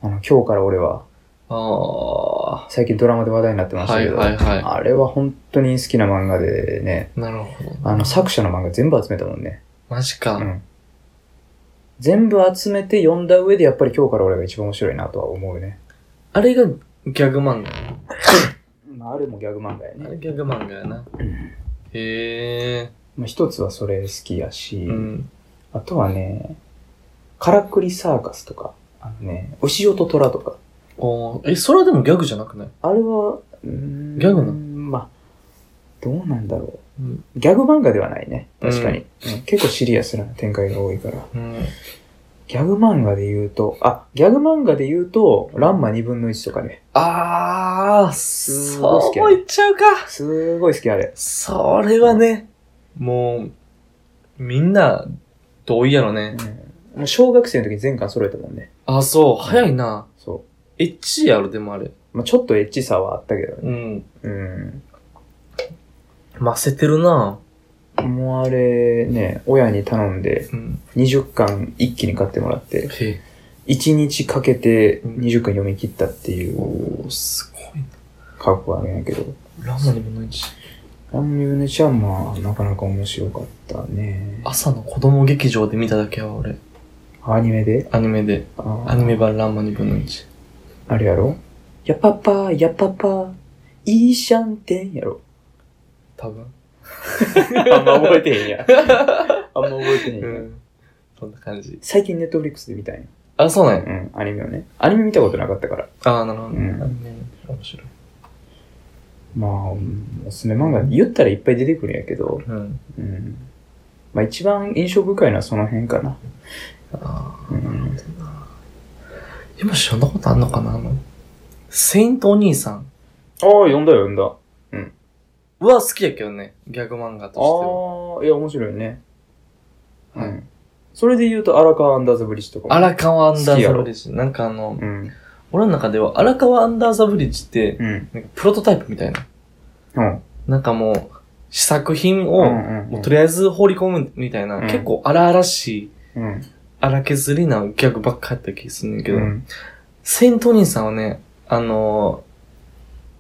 Speaker 1: あの、今日から俺は、
Speaker 2: ああ。
Speaker 1: 最近ドラマで話題になってました
Speaker 2: は
Speaker 1: け
Speaker 2: い
Speaker 1: ど、
Speaker 2: はいは
Speaker 1: あれは本当に好きな漫画でね、
Speaker 2: い。なるほど。
Speaker 1: あの、作者の漫画全部集めたもんね。
Speaker 2: マジ
Speaker 1: う
Speaker 2: か。
Speaker 1: ん。全部集めて読んだ上で、やっぱり今日から俺が一番面白いなとは思うね。
Speaker 2: あれがギャグ漫画。
Speaker 1: まあ、あれもギャグ漫画や
Speaker 2: あ
Speaker 1: ね。
Speaker 2: れギャグ漫画やな。へえ。
Speaker 1: まあ、一つはそれ好きやし、
Speaker 2: うん。
Speaker 1: あとはね、カラクリサーカスとか、あのね、牛尾と虎とか。
Speaker 2: おーえ、それはでもギャグじゃなくない
Speaker 1: あれは、うーん
Speaker 2: ギャグなの
Speaker 1: まあ、どうなんだろ
Speaker 2: うん。
Speaker 1: う。ギャグ漫画ではないね。確かに。うん結構シリアスな展開が多いから。
Speaker 2: うん。
Speaker 1: ギャグ漫画で言うと、あ、ギャグ漫画で言うと、ランマ2分の1とかね。
Speaker 2: ああ、
Speaker 1: す
Speaker 2: そ
Speaker 1: ごい好
Speaker 2: う
Speaker 1: きやね
Speaker 2: 言っちゃうか。
Speaker 1: すごい好きあれ。
Speaker 2: それはね、もう、みんな、同意やろね。
Speaker 1: うん、もう小学生の時に全巻揃えたもんね。
Speaker 2: あ、そう、早いな。
Speaker 1: そ
Speaker 2: エッチやろ、でもあれ。
Speaker 1: う。まあ、ちょっとエッチさはあったけどね。
Speaker 2: うん。
Speaker 1: うん。
Speaker 2: ませてるな。
Speaker 1: もうあれね、親に頼んで
Speaker 2: うん。
Speaker 1: 20巻一気に買ってもらって、
Speaker 2: へ
Speaker 1: 1日かけて20巻読み切ったってい
Speaker 2: え。
Speaker 1: う
Speaker 2: おー、すごい
Speaker 1: 過去はあるんやけど、
Speaker 2: な。ラーメンに分の1。
Speaker 1: ランミューネちゃんまあなかなか面白かったね。
Speaker 2: 朝の子供劇場で見ただけは俺。
Speaker 1: アニメで
Speaker 2: アニメで。
Speaker 1: あ
Speaker 2: アニメ版ラーマン2分の1。
Speaker 1: あれやろやパパ、やパパ、いいシャンテンやろ。
Speaker 2: 多 分。
Speaker 1: あんま覚えてへんや。 あんま覚えてへんや。
Speaker 2: うん。そんな感じ。
Speaker 1: 最近ネットフリックスで見たんや。
Speaker 2: あ、そうなん
Speaker 1: う
Speaker 2: や。
Speaker 1: ん、アニメをね。アニメ見たことなかったから。
Speaker 2: あー、なるほど。
Speaker 1: うん
Speaker 2: アニメ面白い。
Speaker 1: まあ、うんおすすめ漫画、言ったらいっぱい出てくるんやけど、
Speaker 2: うん。
Speaker 1: うん。まあ一番印象深いのはその辺かな。
Speaker 2: あ
Speaker 1: うん。
Speaker 2: ー。今知らんなことあんのかなあの、セイントお兄さん。
Speaker 1: ああ、読んだよ読んだ。あ
Speaker 2: は好きやけどね。ギャグ漫画としては。
Speaker 1: あ、いや、面白いね。
Speaker 2: は
Speaker 1: う
Speaker 2: い
Speaker 1: ん。それで言うと、荒川アンダーザブリッジとかも。
Speaker 2: 荒川アンダ
Speaker 1: 好き
Speaker 2: ー
Speaker 1: や
Speaker 2: ザ
Speaker 1: ろ
Speaker 2: ブリッジ。なんかあの、
Speaker 1: うん。
Speaker 2: 俺の中では荒川アンダーザブリッジって、
Speaker 1: うん。
Speaker 2: なんかプロトタイプみたいな。
Speaker 1: うん。
Speaker 2: なんかもう、試作品を、
Speaker 1: うんうんうん
Speaker 2: もうとりあえず放り込むみたいな、
Speaker 1: うん
Speaker 2: 結構荒々しい、
Speaker 1: うん。
Speaker 2: 荒削りなギャグばっかやった気すんねんけど、
Speaker 1: うん
Speaker 2: セイントニーさんはね、あの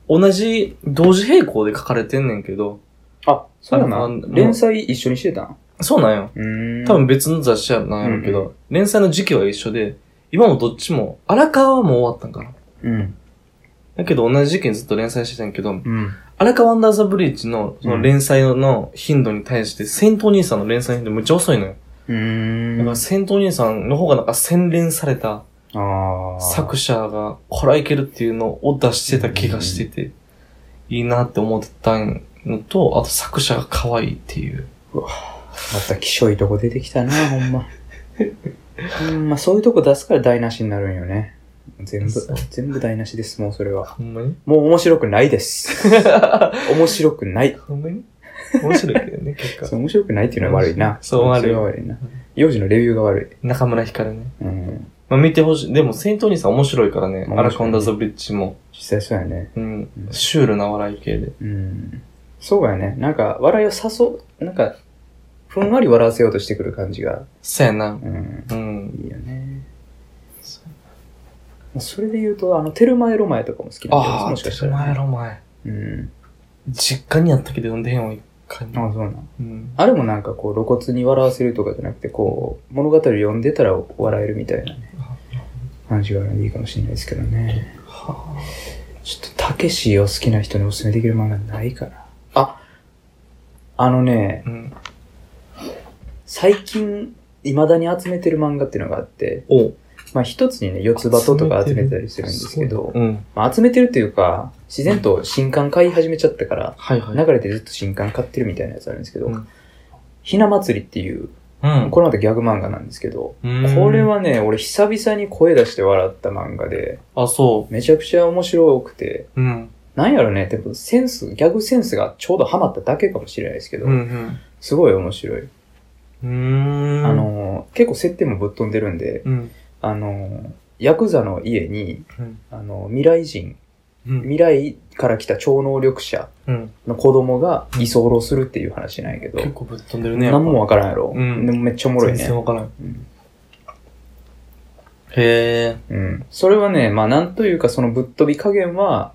Speaker 2: ー同じ、同時並行で書かれてんねんけど、
Speaker 1: あ、そうな
Speaker 2: あ
Speaker 1: ん
Speaker 2: の
Speaker 1: 連載一緒にしてたん
Speaker 2: そうなんよ。
Speaker 1: うん
Speaker 2: 多分別の雑誌やなんやろうけど、
Speaker 1: うん
Speaker 2: 連載の時期は一緒で、今もどっちも、荒川はもう終わったんかな。
Speaker 1: うん。
Speaker 2: だけど同じ時期にずっと連載してたんやけど、
Speaker 1: うん。
Speaker 2: 荒川アンダーザブリッジのその連載の頻度に対して、セイントニーさんの連載の頻度めっちゃ遅いのよ。
Speaker 1: うん。
Speaker 2: だからセイントニーさんの方がなんか洗練された
Speaker 1: ああ。
Speaker 2: 作者が、こらいけるっていうのを出してた気がしてて、いいなって思ってたのと、あと作者が可愛いっていう。
Speaker 1: また、きしょいとこ出てきた な、ほんま。ほんま、そういうとこ出すから台無しになるんよね。全部
Speaker 2: そう、
Speaker 1: 全部台無しです、もうそれは。
Speaker 2: ほんまに
Speaker 1: もう面白くないです。 面白くない。
Speaker 2: ほんまに面白いけ どね、結
Speaker 1: そ
Speaker 2: 果。
Speaker 1: う面白くないっていうのは悪いな。
Speaker 2: そう悪い
Speaker 1: れは悪いな。幼児のレビューが悪
Speaker 2: 中村光ね。
Speaker 1: い。うん。
Speaker 2: まあ見てほしい。でも、セイントニーさん面白いからね。
Speaker 1: 面白い
Speaker 2: アラコンダ・ザ・ブリッジも。
Speaker 1: 実際そうやね。
Speaker 2: うん。シュールな笑い系で。
Speaker 1: うん。そうやね。なんか、笑いを誘う、なんか、ふんわり笑わせようとしてくる感じが。
Speaker 2: そうやな。
Speaker 1: うん。
Speaker 2: うん。
Speaker 1: いいよね。
Speaker 2: そ
Speaker 1: それで言うと、あの、テルマエロマエとかも好きなんです
Speaker 2: ああ、
Speaker 1: もしかした
Speaker 2: 手
Speaker 1: ら。
Speaker 2: 前の前。
Speaker 1: うん。
Speaker 2: 実家にあったけど読んでへんわ、一回も。
Speaker 1: あそうなん。
Speaker 2: うん。
Speaker 1: あれもなんかこう、露骨に笑わせるとかじゃなくて、こう、物語読んでたら笑えるみたいなね
Speaker 2: あ。
Speaker 1: 感じがあるんでいいかもしれないですけどね。
Speaker 2: は
Speaker 1: ちょっと、たけしを好きな人におすすめできる漫画ないかな。あ、あのね
Speaker 2: あ。、うん。
Speaker 1: 最近、未だに集めてる漫画っていうのがあって、
Speaker 2: お
Speaker 1: まあ一つにね、四つ葉ととか集めたりするんですけど、
Speaker 2: うん。
Speaker 1: まあ、集めてるというか、自然と新刊買い始めちゃったから、
Speaker 2: はいはい。
Speaker 1: 流れてずっと新刊買ってるみたいなやつあるんですけど、
Speaker 2: うん
Speaker 1: ひな祭りっていう、
Speaker 2: うん。
Speaker 1: これまたギャグ漫画なんですけど、
Speaker 2: うん
Speaker 1: これ。はね、俺久々に声出して笑った漫画で、
Speaker 2: あ、そ
Speaker 1: めちゃくちゃ面白くて、
Speaker 2: う。うん。
Speaker 1: なんやろね、でもセンス、ギャグセンスがちょうどハマっただけかもしれないですけど、
Speaker 2: うん
Speaker 1: すごい面白い。
Speaker 2: うん。うーん。
Speaker 1: あ、のー、結構設定もぶっ飛んでるんで、
Speaker 2: うん。
Speaker 1: あのー、ヤクザの家に、
Speaker 2: うん
Speaker 1: あのー、未来人、
Speaker 2: うん。
Speaker 1: 未来から来た超能力者
Speaker 2: うん。
Speaker 1: の子供が居候するっていう話なんやけど、
Speaker 2: 結構ぶっ飛んでるね。やっぱ
Speaker 1: 何もわからんやろ。
Speaker 2: うん
Speaker 1: でもめっちゃおもろい
Speaker 2: 全然
Speaker 1: ね。
Speaker 2: わからん。
Speaker 1: うん
Speaker 2: へえ。
Speaker 1: うん。それはね、まあなんというかそのぶっ飛び加減は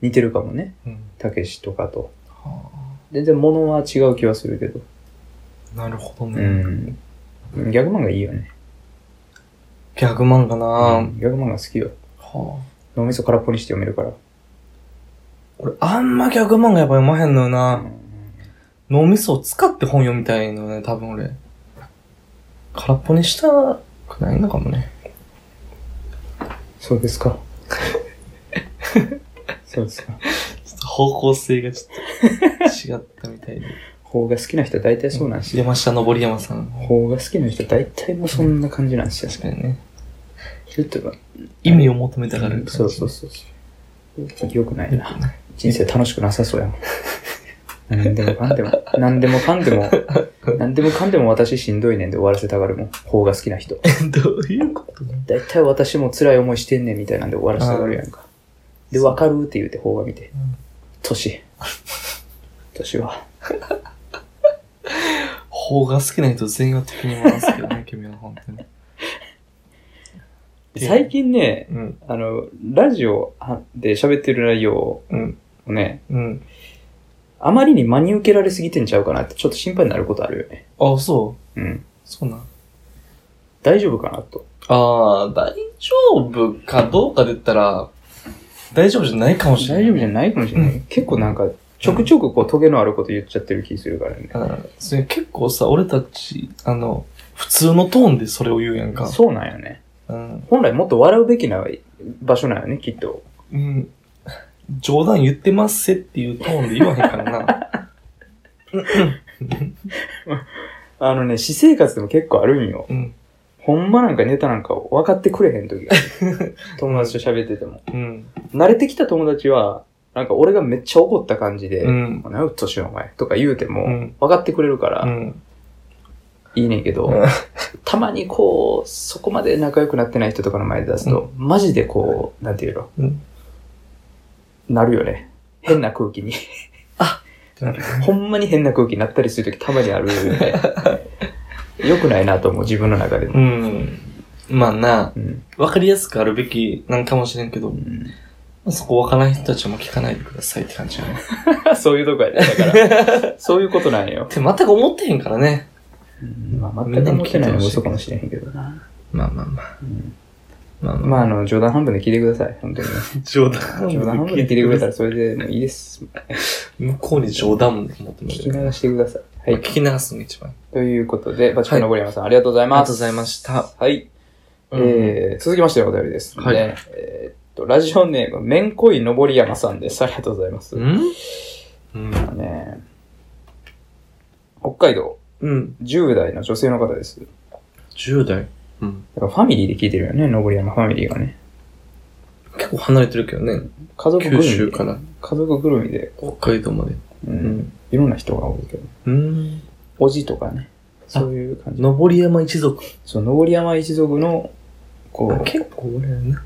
Speaker 1: 似てるかもね。
Speaker 2: うん。
Speaker 1: たけしとかと。
Speaker 2: は
Speaker 1: 全然物は違う気はするけど。
Speaker 2: あなるほど
Speaker 1: う
Speaker 2: ね。
Speaker 1: ん。ギャグ漫画いいよね。
Speaker 2: ギャグ漫画な
Speaker 1: う
Speaker 2: ぁ
Speaker 1: んギャグ漫画好きよ。
Speaker 2: はあ。
Speaker 1: 脳みそ空っぽにして読めるから。
Speaker 2: 俺、あんまギャグ漫画やっぱ読まへんのよ
Speaker 1: う
Speaker 2: なん脳みそを使って本読みたいのよね、多分俺。空っぽにしたくないのかもね。
Speaker 1: そうですか。そうですか。
Speaker 2: ちょっと方向性がちょっと違ったみた いで。
Speaker 1: 法が好きな人は大体そうなんですよ。
Speaker 2: 山下登山さん。
Speaker 1: 法が好きな人は大体もうそんな感じなんですよ。
Speaker 2: 確かにね。
Speaker 1: ちょっと
Speaker 2: 意味を求めたがる、
Speaker 1: そう そうそうそう。よくない
Speaker 2: よ
Speaker 1: な
Speaker 2: く。ない
Speaker 1: 人生楽しくなさそうやもん。何でもかんでも、何でもかんでも、何でもかんでも私しんどいねんで終わらせたがるもん。方が好きな人。
Speaker 2: どういうこと
Speaker 1: だいたい私も辛い思いしてんねんみたいなんで終わらせたがるやんか。で、わかるって言うて方が見て
Speaker 2: ん。
Speaker 1: 年。年は。
Speaker 2: 法が好きな人全員は敵に回すけどね、君は本当に。いや
Speaker 1: 最近ね、
Speaker 2: うん、
Speaker 1: あの、ラジオで喋ってる内容を
Speaker 2: うん、
Speaker 1: ね、
Speaker 2: うん。
Speaker 1: あまりに真に受けられすぎてんちゃうかなってちょっと心配になることあるよね。
Speaker 2: あ、そう。
Speaker 1: うん。
Speaker 2: そうなん。
Speaker 1: 大丈夫かなと。
Speaker 2: ああ、大丈夫かどうかで言ったら、大丈夫じゃないかもしれない。
Speaker 1: 大丈夫じゃないかもしれない。結構なんか、ちょくちょくこう、トゲのあること言っちゃってる気するからね。
Speaker 2: ゃない。それ結構さ、俺たち、あの、普通のトーンでそれを言うやんか。
Speaker 1: そうなんよね。
Speaker 2: うん。
Speaker 1: 本来もっと笑うべきな場所なんよね、きっと。
Speaker 2: うん。冗談言ってますせっていうトーンで言わへんからな。
Speaker 1: あのね、私生活でも結構あるんよ。
Speaker 2: うん。
Speaker 1: ほんまなんかネタなんか分かってくれへん時があ る友達と喋ってても。
Speaker 2: うん。
Speaker 1: 慣れてきた友達は、なんか俺がめっちゃ怒った感じで、
Speaker 2: うん。
Speaker 1: 何うっとしよお前とか言うても、
Speaker 2: うん
Speaker 1: 分かってくれるか
Speaker 2: う
Speaker 1: ら、
Speaker 2: ん。
Speaker 1: いいねんけど、
Speaker 2: うん
Speaker 1: たまにこう、そこまで仲良くなってない人とかの前で出すと、マジでこう、なんていうの、
Speaker 2: うん
Speaker 1: なるよね。変な空気 に。 ほんまに変な空気になったりするときたまにあるよね。い良くないなと思う、自分の中でも。
Speaker 2: うん。まあな、
Speaker 1: うん。
Speaker 2: わかりやすくあるべきなんかもしれんけど、そこわからない人たちも聞かないでくださいって感じやね。
Speaker 1: そういうとこやね。だから、そういうことなんよ。
Speaker 2: って全く思ってへんからね。
Speaker 1: まあ、全く思ってないのも嘘かもしれへんけどな。
Speaker 2: まあまあまあ。
Speaker 1: うん
Speaker 2: まあま
Speaker 1: まあ、あの、冗談半分で聞いてください、本当にね。
Speaker 2: あ、冗談
Speaker 1: 冗談半分で聞いてくれたらそれでもういいです。
Speaker 2: 向こうに冗談も持って
Speaker 1: 聞
Speaker 2: もら
Speaker 1: き
Speaker 2: え
Speaker 1: 流
Speaker 2: る。
Speaker 1: してください。は
Speaker 2: まあ
Speaker 1: い。
Speaker 2: 聞き流すのが一番。
Speaker 1: ということで、バチコンのゴリ山さん、ありがとうござい
Speaker 2: あり
Speaker 1: ま
Speaker 2: がとうご
Speaker 1: す。
Speaker 2: ざいました。
Speaker 1: はい。えー続きましてのお便りですので。
Speaker 2: はい
Speaker 1: えーっと、ラジオネーム、めんこいのぼり山さんです。ありがとうございます。
Speaker 2: うんうん。
Speaker 1: ね北海道、
Speaker 2: うん。
Speaker 1: 10代の女性の方です。
Speaker 2: 10代うん。
Speaker 1: だからファミリーで聞いてるよね、のぼり山ファミリーがね。
Speaker 2: 結構離れてるけどね。
Speaker 1: 家族ぐるみ
Speaker 2: 九
Speaker 1: で。
Speaker 2: 州から
Speaker 1: 家族ぐるみで、
Speaker 2: 北海道まで。
Speaker 1: う、
Speaker 2: うんん。
Speaker 1: いろんな人が多いけど。
Speaker 2: うん。
Speaker 1: おじとかね。そういう感じ。
Speaker 2: 登山一族。
Speaker 1: そう、のぼり山一族の、こう、
Speaker 2: 結構あれやな。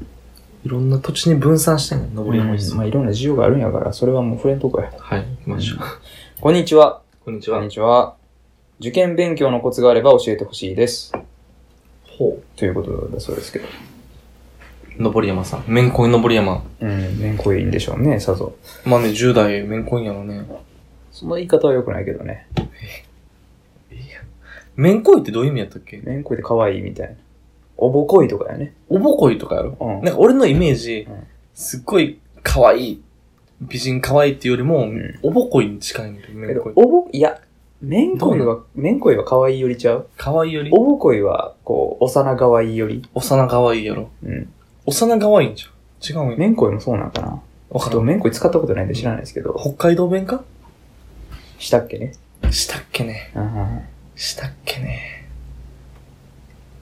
Speaker 2: いろんな土地に分散してんね登山一
Speaker 1: うんまあ
Speaker 2: 族。
Speaker 1: いろんな需要があるんやから、それはもう触れんとこや。
Speaker 2: はい、行きましょう。
Speaker 1: こんにちは。
Speaker 2: こんにち
Speaker 1: こん
Speaker 2: は
Speaker 1: に。ちは。受験勉強のコツがあれば教えてほしいです。
Speaker 2: ほ
Speaker 1: ということだそうですけど。
Speaker 2: う。登山さん。面恋登山。
Speaker 1: うん、めんこいんでしょうね、さぞ。
Speaker 2: まあね、10代面恋やろね。
Speaker 1: その言い方は良くないけどね。
Speaker 2: 面恋ってどういう意味やったっけ
Speaker 1: めんこいって可愛いみたいな。おぼこいとかやね。
Speaker 2: おぼ恋とかやろ
Speaker 1: うん。
Speaker 2: なんか俺のイメージ
Speaker 1: うん、
Speaker 2: すっごい可愛い。美人可愛いっていうよりも
Speaker 1: ん、
Speaker 2: おぼ恋に近いんだよ、
Speaker 1: け
Speaker 2: 面
Speaker 1: ど
Speaker 2: 恋、。
Speaker 1: おぼ、いや、めんこいは、めんこいは可愛いよりちゃう
Speaker 2: 可愛いより、
Speaker 1: おぼこいは、こう、幼可愛いより。
Speaker 2: 幼可愛いやろ。
Speaker 1: うん。
Speaker 2: 幼可愛いんじゃん。違うんや。
Speaker 1: めんこいもそうなんかな。ちょ
Speaker 2: わか
Speaker 1: っと
Speaker 2: る。
Speaker 1: めんこい使ったことないんで知らないですけど。
Speaker 2: 北海道弁か
Speaker 1: したっけね。
Speaker 2: したっけね。
Speaker 1: うん
Speaker 2: したっけね。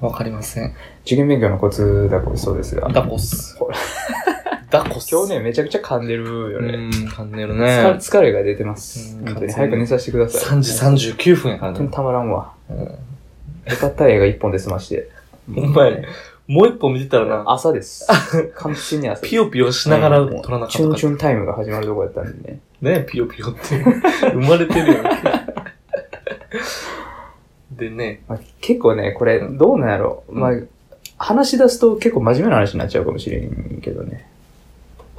Speaker 2: わかりません。
Speaker 1: 受験勉強のコツだそうですが。
Speaker 2: ダコス
Speaker 1: ほら。
Speaker 2: ダコス。
Speaker 1: 今日ね、めちゃくちゃ噛んでるよ
Speaker 2: う
Speaker 1: ね。
Speaker 2: ん、噛んでる
Speaker 1: 疲れ
Speaker 2: ね。
Speaker 1: 疲れが出てます。
Speaker 2: うん
Speaker 1: 本当
Speaker 2: 完全
Speaker 1: に
Speaker 2: に
Speaker 1: 早く寝させてください。
Speaker 2: 3時39分やから
Speaker 1: 本当に
Speaker 2: ね。
Speaker 1: たまらんわ。
Speaker 2: うん
Speaker 1: よかった映画一本で済まして。
Speaker 2: ほんまやね。もう一本見てたらな、
Speaker 1: 朝 です。完全に朝です。
Speaker 2: ピヨピヨしながら
Speaker 1: うん
Speaker 2: 撮らなかった
Speaker 1: チュンチ
Speaker 2: か
Speaker 1: ュンタイムが始まるとこやったんでね。
Speaker 2: ら。ね、ピヨピヨって。 生まれてるよ。 でね、
Speaker 1: まあ、結構ね、これ、どうなんやろう。まあ、話し出すと結構真面目な話になっちゃうかもしれんけどね。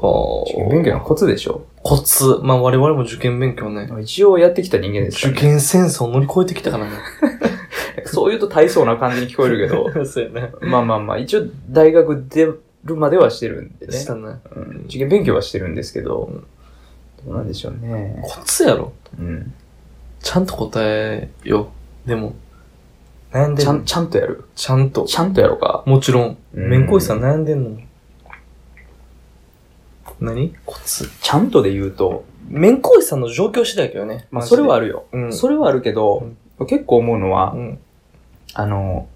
Speaker 2: お
Speaker 1: 受験勉強のコツでしょ。
Speaker 2: コツ。まあ我々も受験勉強ね。
Speaker 1: 一応やってきた人間ですか
Speaker 2: 受
Speaker 1: ら、ね。
Speaker 2: 験戦争乗り越えてきたからね。
Speaker 1: そう言うと大層な感じに聞こえるけ ど、
Speaker 2: そうやね。
Speaker 1: まあまあまあ、一応大学出るまではしてるんでね。
Speaker 2: したね。
Speaker 1: うん受験勉強はしてるんですけど、どうなんでしょうね。
Speaker 2: コツやろ。
Speaker 1: うん。
Speaker 2: ちゃんと答えよ。でも、悩んで
Speaker 1: ち
Speaker 2: る
Speaker 1: ゃん、ちゃんとやる。
Speaker 2: ちゃんと。
Speaker 1: ちゃんとやろうか。
Speaker 2: もちろん。
Speaker 1: うん
Speaker 2: めんこいさん悩んでんの。何コツ。
Speaker 1: ちゃんとで言うと、
Speaker 2: めんこいさんの状況次第だけどね。
Speaker 1: まあ、それはあ
Speaker 2: る。
Speaker 1: るよ。
Speaker 2: うん。
Speaker 1: それはあるけど、結構思うのは、
Speaker 2: うん。
Speaker 1: あの、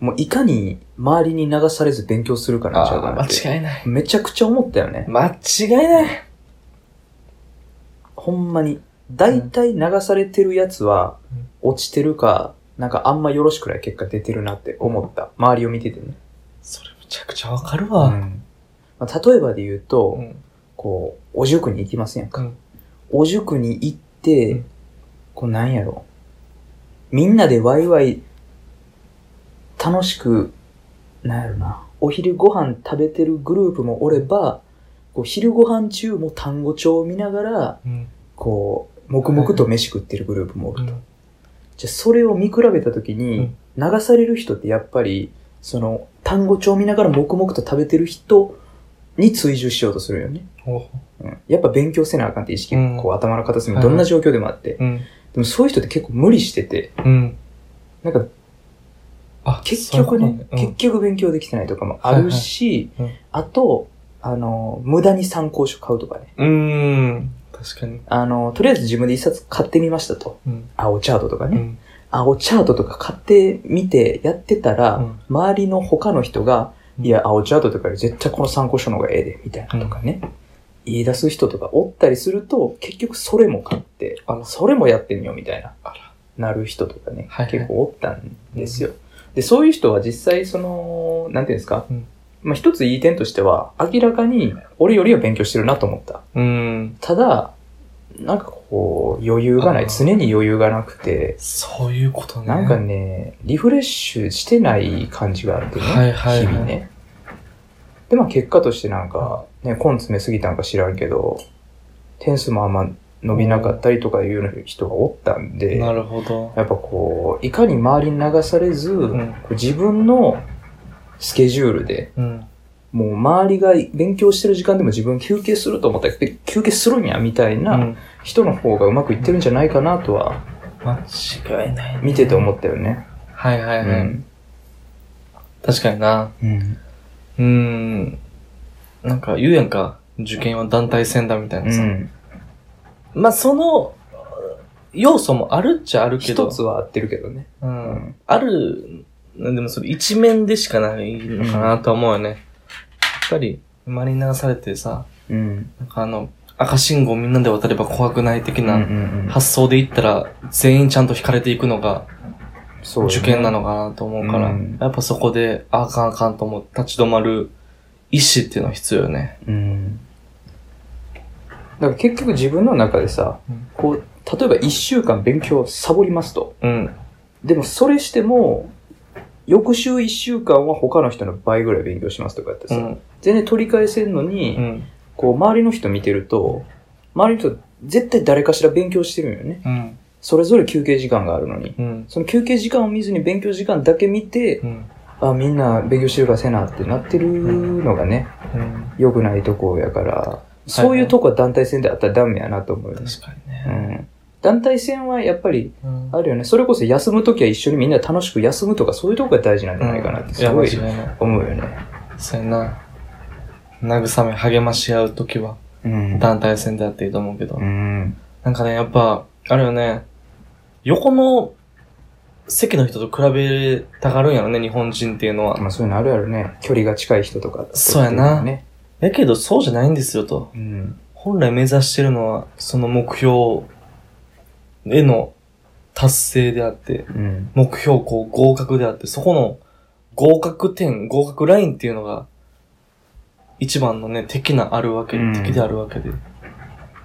Speaker 1: もういかに周りに流されず勉強するかなんちゃうかな
Speaker 2: あ
Speaker 1: っ
Speaker 2: ー
Speaker 1: て。
Speaker 2: 間違いない。
Speaker 1: めちゃくちゃ思ったよね。
Speaker 2: 間違いない。
Speaker 1: ほんまに。大体流されてるやつは
Speaker 2: うん、
Speaker 1: 落ちてるか、なんかあんまよろしくない結果出てるなって思った。周りを見ててね。
Speaker 2: それむちゃくちゃわかる
Speaker 1: う
Speaker 2: わ。
Speaker 1: んまあ、例えばで言うと、
Speaker 2: うん。
Speaker 1: こう、お塾に行きませんか、
Speaker 2: うん
Speaker 1: お塾に行って、
Speaker 2: うん
Speaker 1: こうなんやろみんなでワイワイ楽しく、なんやろな、お昼ご飯食べてるグループもおれば、こう昼ご飯中も単語帳を見ながら、
Speaker 2: うん。
Speaker 1: こう、黙々と飯食ってるグループもおると。
Speaker 2: うん
Speaker 1: じゃあそれを見比べたときに、流される人ってやっぱり、その、単語帳見ながら黙々と食べてる人に追従しようとするよね。
Speaker 2: ほうほ
Speaker 1: うんやっぱ勉強せなあかんって意識、
Speaker 2: うん
Speaker 1: こう頭の片隅、
Speaker 2: はい
Speaker 1: どんな状況でもあって。
Speaker 2: ううん。
Speaker 1: でもそういう人って結構無理してて、
Speaker 2: うん。
Speaker 1: なんか
Speaker 2: あ、
Speaker 1: 結
Speaker 2: そういうこ
Speaker 1: 局
Speaker 2: と
Speaker 1: ね、結局勉強できてないとかもあるし、
Speaker 2: はいはいうん
Speaker 1: あと、あの、無駄に参考書買うとかね。
Speaker 2: うん。うーん。確かに。
Speaker 1: あの、とりあえず自分で一冊買ってみましたと。
Speaker 2: うん。
Speaker 1: 青チャートとか
Speaker 2: う
Speaker 1: ね。
Speaker 2: ん。
Speaker 1: 青チャートとか買ってみてやってたら、
Speaker 2: うん
Speaker 1: 周りの他の人が、いや、青チャートとかより絶対この参考書の方がええで、みたいなとかね。言い出す人とかおったりすると、結局それも買って、
Speaker 2: あら
Speaker 1: それもやってみようみたいな
Speaker 2: あ、
Speaker 1: なる人とかね、
Speaker 2: はいはい
Speaker 1: 結構おったんですよ。で、そういう人は実際、その、なんていうんですか、
Speaker 2: うん
Speaker 1: まあ一ついい点としては、明らかに俺よりは勉強してるなと思った。
Speaker 2: うん。
Speaker 1: ただ、なんかこう、余裕がな
Speaker 2: あ
Speaker 1: い。
Speaker 2: ー
Speaker 1: 常に余裕がなくて、
Speaker 2: そういうことね。
Speaker 1: なんかね、リフレッシュしてない感じがあってね。
Speaker 2: はいはいはい
Speaker 1: 日々ね。で、まあ結果としてなんか、ね、コン詰めすぎたんか知らんけど、点数もあんま伸びなかったりとかいうような人がおったんで、
Speaker 2: なるほど。
Speaker 1: やっぱこう、いかに周りに流されず、
Speaker 2: ん
Speaker 1: こう自分のスケジュールで、
Speaker 2: うん。
Speaker 1: もう周りが勉強してる時間でも自分休憩すると思ったら、え休憩するんや、みたいな人の方がうまくいってるんじゃないかなとは、
Speaker 2: 間違いない。
Speaker 1: 見てて思ったよね。
Speaker 2: はいは
Speaker 1: う
Speaker 2: いはい。
Speaker 1: ん。
Speaker 2: 確かにな。
Speaker 1: うん。
Speaker 2: うーん。なんか言うやんか。受験は団体戦だみたいなさ。まあ、その、要素もあるっちゃあるけど。
Speaker 1: 一つは合ってるけどね。
Speaker 2: う。
Speaker 1: うんん。
Speaker 2: ある、でもそれ一面でしかないのかなとは思うよね。やっぱり、周りに流されてさ、
Speaker 1: うん。
Speaker 2: なんかあの、赤信号みんなで渡れば怖くない
Speaker 1: う
Speaker 2: 的
Speaker 1: んう
Speaker 2: なん
Speaker 1: うん
Speaker 2: 発想でいったら、全員ちゃんと惹かれていくのが
Speaker 1: そうよね
Speaker 2: 受験なのかなと思うから、
Speaker 1: うん
Speaker 2: やっぱそこで、ああかんあかんと思って立ち止まる意志っていうのは必要よね。
Speaker 1: うん。だから結局自分の中でさ
Speaker 2: うん、
Speaker 1: こう、例えば一週間勉強をサボりますと。
Speaker 2: うん。
Speaker 1: でもそれしても、翌週一週間は他の人の倍ぐらい勉強しますとかやって
Speaker 2: う
Speaker 1: さ、
Speaker 2: ん。
Speaker 1: 全然取り返せんのに、
Speaker 2: うん。
Speaker 1: こう周りの人見てると、周りの人絶対誰かしら勉強してるんよね。
Speaker 2: うん。
Speaker 1: それぞれ休憩時間があるのに。
Speaker 2: うん。
Speaker 1: その休憩時間を見ずに勉強時間だけ見て、
Speaker 2: うん。
Speaker 1: あ、みんな勉強してるからせなってなってるのがね、
Speaker 2: うん。
Speaker 1: 良くないとこやから、そういうとこは団体戦であったらダメやなと思うよね。
Speaker 2: 確かにね。
Speaker 1: うん。団体戦はやっぱり、
Speaker 2: うん
Speaker 1: あるよね。それこそ休むときは一緒にみんな楽しく休むとかそういうとこが大事なんじゃないかなってすごい
Speaker 2: や間違いない。
Speaker 1: 思うよね。
Speaker 2: そうやな。慰め、励まし合うときは、
Speaker 1: うん。
Speaker 2: 団体戦であっていいと思うけど。
Speaker 1: うん。
Speaker 2: なんかね、やっぱ、あれよね、横の席の人と比べたがるんやろね、日本人っていうのは。
Speaker 1: まあそういうのあるあるね。距離が近い人とかってことだよね。
Speaker 2: やけど、そうじゃないんですよと。
Speaker 1: うん。
Speaker 2: 本来目指してるのは、その目標への達成であって、
Speaker 1: うん。
Speaker 2: 目標校合格であって、そこの合格点、合格ラインっていうのが、一番のね、敵なあるわけ、
Speaker 1: うん
Speaker 2: 敵であるわけで。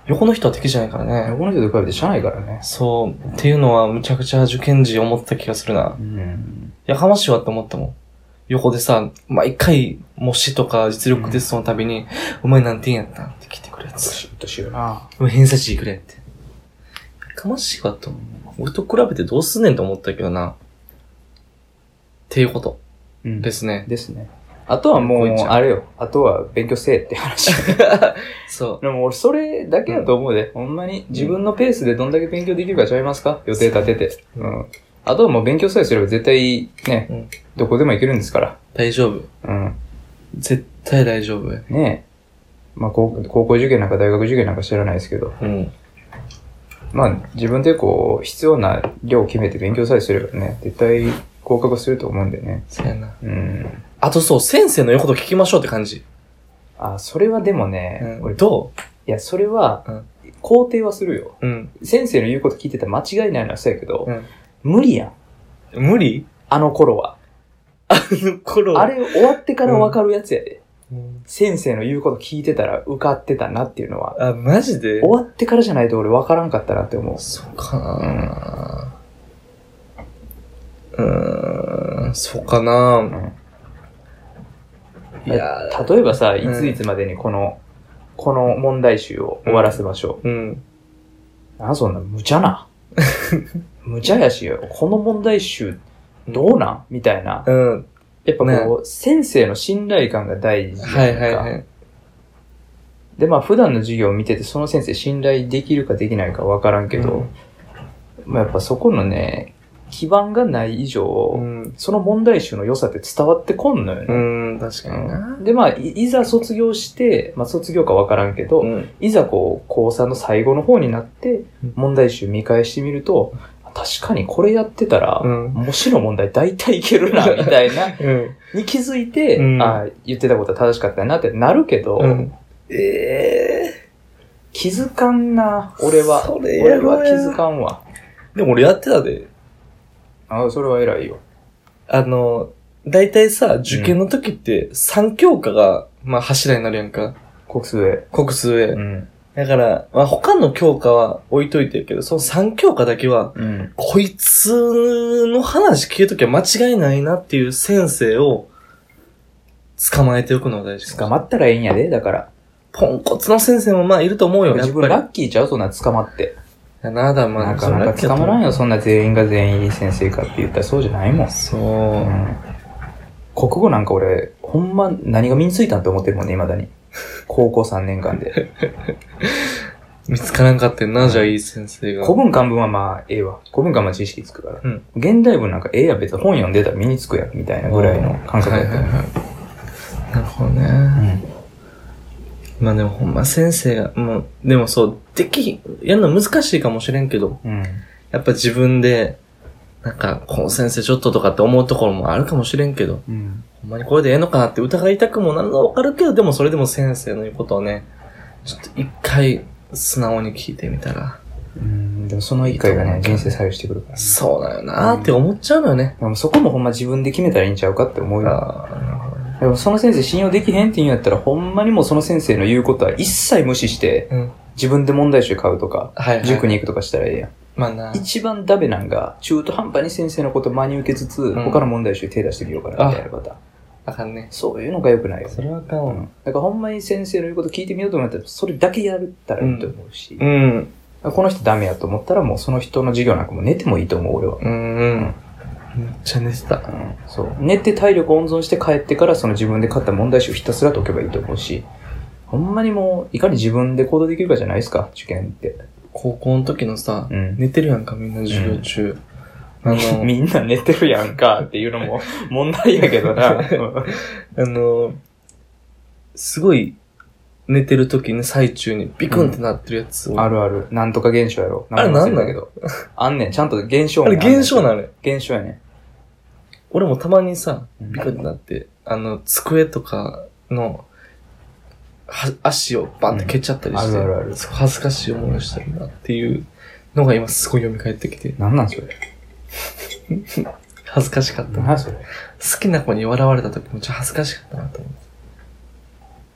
Speaker 2: 横の人は敵じゃないからね。
Speaker 1: この人と比べてしゃあないからね。
Speaker 2: そう、っていうのはむちゃくちゃ受験時思った気がするな。
Speaker 1: うん。
Speaker 2: やかましいわって思ったもん。横でさ、毎回模試とか実力テストのたびに、お前なんて言うんやったんって聞いてくるやつ。
Speaker 1: シュッとしような。
Speaker 2: お前偏差値いくらやって。やかましいわと思う。俺と比べてどうすんねんと思ったけどな。っていうこと
Speaker 1: うん。
Speaker 2: です ね。
Speaker 1: ですね。あとはもう、あれよ。あとは勉強せえって 話。
Speaker 2: そ
Speaker 1: でも俺それだけだと思うで。ほんまに自分のペースでどんだけ勉強できるかちゃいますか予定立てて。
Speaker 2: う
Speaker 1: うん。あとはもう勉強さえすれば絶対ね、
Speaker 2: うん
Speaker 1: どこでも行けるんですから。
Speaker 2: う。大丈夫。
Speaker 1: うん。
Speaker 2: 絶対大丈夫。
Speaker 1: ねえ。まあ高高校受験なんか大学受験なんか知らないですけど。
Speaker 2: うん。
Speaker 1: まあ自分でこう、必要な量を決めて勉強さえすればね、絶対合格すると思うんでね。
Speaker 2: そうやな。
Speaker 1: うん。
Speaker 2: あとそう、先生の言うこと聞きましょうって感じ。
Speaker 1: あ、それはでもね、
Speaker 2: うん
Speaker 1: 俺、い
Speaker 2: ど
Speaker 1: や、それは
Speaker 2: うん、
Speaker 1: 肯定はするよ。
Speaker 2: ううん。
Speaker 1: 先生の言うこと聞いてたら間違いないのはそうやけど、
Speaker 2: うん
Speaker 1: 無理やん。
Speaker 2: 無理
Speaker 1: あの頃は。
Speaker 2: 頃
Speaker 1: あれ終わってからわかるやつやで。
Speaker 2: うん
Speaker 1: 先生の言うこと聞いてたら受かってたなっていうのは。
Speaker 2: あ、マジで
Speaker 1: 終わってからじゃないと俺わからんかったなって思う。
Speaker 2: そうかなうーん、そうかな
Speaker 1: う
Speaker 2: い
Speaker 1: ん
Speaker 2: やー
Speaker 1: 例えばさ、い
Speaker 2: うん
Speaker 1: ついつまでにこの、この問題集を終わらせましょ
Speaker 2: うん。
Speaker 1: う。なんそんな、無茶 な。無茶やしよ。この問題集、どうなんみたいな。
Speaker 2: うん。
Speaker 1: やっぱこう、先生の信頼感が大事じゃ
Speaker 2: は
Speaker 1: ない
Speaker 2: い
Speaker 1: か。
Speaker 2: はいはい。
Speaker 1: で、まあ普段の授業を見てて、その先生信頼できるかできないかわからんけど、まあやっぱそこのね、基盤がない以上、
Speaker 2: うん。
Speaker 1: その問題集の良さって伝わってこんのよ
Speaker 2: う
Speaker 1: ね。
Speaker 2: ん、確かにな。
Speaker 1: で、まあ、いいざ卒業して、まあ、卒業かわからんけど、
Speaker 2: うん。
Speaker 1: いざこう、高3の最後の方になって
Speaker 2: うん、
Speaker 1: 問題集見返してみると、確かにこれやってたら、
Speaker 2: うん
Speaker 1: 模試の問題大体いけるな、みたい な、
Speaker 2: うん。
Speaker 1: に気づいて、
Speaker 2: うん
Speaker 1: ああ言ってたことは正しかったなってなるけど、
Speaker 2: うん。ええ
Speaker 1: 気づかんな、俺は。
Speaker 2: それや
Speaker 1: 俺
Speaker 2: ろや
Speaker 1: は気づかんわ。
Speaker 2: ー。でも俺やってたで。
Speaker 1: ああ、それは偉いよ。
Speaker 2: あの、大体さ、受験の時って、三教科が、まあ柱になるやんか。
Speaker 1: 国数へ。
Speaker 2: 国数英。
Speaker 1: ん。
Speaker 2: だから、まあ、他の教科は置いといてるけど、その3教科だけは、
Speaker 1: うん。
Speaker 2: こいつの話聞いときは間違いないなっていう先生を捕まえておくのが大事。
Speaker 1: 捕まったらええんやで、だから。
Speaker 2: ポンコツの先生もまあいると思うよ、やっ
Speaker 1: 自分
Speaker 2: ぱ
Speaker 1: ラッキーちゃうそんな捕まって。
Speaker 2: り。なだ、まあ、
Speaker 1: なかなか捕まらんよ、そんな全員が全員いい先生かって言ったらそうじゃないもん。
Speaker 2: そう
Speaker 1: う。ん国語なんか俺、ほんま何が身についたんって思ってるもんね、未 だに。高校3年間で。
Speaker 2: 見つからんかってんな、じゃあいい先生が。
Speaker 1: 古文漢文はまあ、ええわ。古文漢文は知識つくから。
Speaker 2: うん
Speaker 1: 現代文なんかええやん、別に本読んでたら身につくやん、みたいなぐらいの感覚
Speaker 2: は
Speaker 1: だ
Speaker 2: い
Speaker 1: っ
Speaker 2: は
Speaker 1: た
Speaker 2: い
Speaker 1: よね。
Speaker 2: はい。なるほどね。まあでもほんま先生が、もう、でもそう、でき、やるの難しいかもしれんけど、
Speaker 1: うん。うん。
Speaker 2: やっぱ自分で、なんか、この先生ちょっととかって思うところもあるかもしれんけど、
Speaker 1: うん。
Speaker 2: ほんまにこれでええのかなって疑いたくもなるのはわかるけど、でもそれでも先生の言うことをね、ちょっと一回素直に聞いてみたら、
Speaker 1: うん。でもその一回がね、人生左右してくるからね、
Speaker 2: そうだよなーって思っちゃうのよね。
Speaker 1: でもそこもほんま自分で決めたらいいんちゃうかって思うよ。
Speaker 2: ああ、なるほどね。
Speaker 1: でもその先生信用できへんって言うんやったら、ほんまにもうその先生の言うことは一切無視して、
Speaker 2: うん。はい
Speaker 1: 自分で問題集買うとか、
Speaker 2: はい、はい。
Speaker 1: 塾に行くとかしたらええやん。
Speaker 2: まあな。
Speaker 1: 一番ダメなんが、中途半端に先生のこと真に受けつつ、
Speaker 2: ん
Speaker 1: 他の問題集手出してみようかな、みたいなパターン。
Speaker 2: あかんね。
Speaker 1: そういうのが良くないよね。
Speaker 2: それはあかん
Speaker 1: う
Speaker 2: わ。
Speaker 1: ん。だからほんまに先生の言うこと聞いてみようと思ったら、それだけやったらいいと思うし、
Speaker 2: うん。
Speaker 1: この人ダメやと思ったら、もうその人の授業なんかもう寝てもいいと思う、俺は。
Speaker 2: うん。めっちゃ寝てた。
Speaker 1: うん、そう。寝て体力温存して帰ってから、その自分で買った問題集をひたすら解けばいいと思うし、ほんまにもう、いかに自分で行動できるかじゃないですか、受験って。
Speaker 2: 高校の時のさ、
Speaker 1: うん
Speaker 2: 寝てるやんか、みんな授業中。あの、
Speaker 1: みんな寝てるやんかっていうの も問題やけどな。う
Speaker 2: あの、すごい、寝てる時に最中にビクンってなってるやつ
Speaker 1: ん
Speaker 2: を。
Speaker 1: あるある。なんとか現象やろ。
Speaker 2: あれなんな
Speaker 1: だ
Speaker 2: ん
Speaker 1: けど。あんねん。ちゃんと現象
Speaker 2: あれ現象なのよ。
Speaker 1: の現象やね
Speaker 2: 俺もたまにさ、
Speaker 1: うん
Speaker 2: ビクンってなって、あの、机とかの、は足をバンって蹴っちゃったりして、
Speaker 1: うんあるあるある
Speaker 2: そう恥ずかしい思いをしたりなっていうのが今すごい読み返ってきて、
Speaker 1: ん。なんなんそれ。
Speaker 2: 恥ずかしかったな。
Speaker 1: なんそれ。
Speaker 2: 好きな子に笑われた時もちょっと恥ずかしかったなと思って。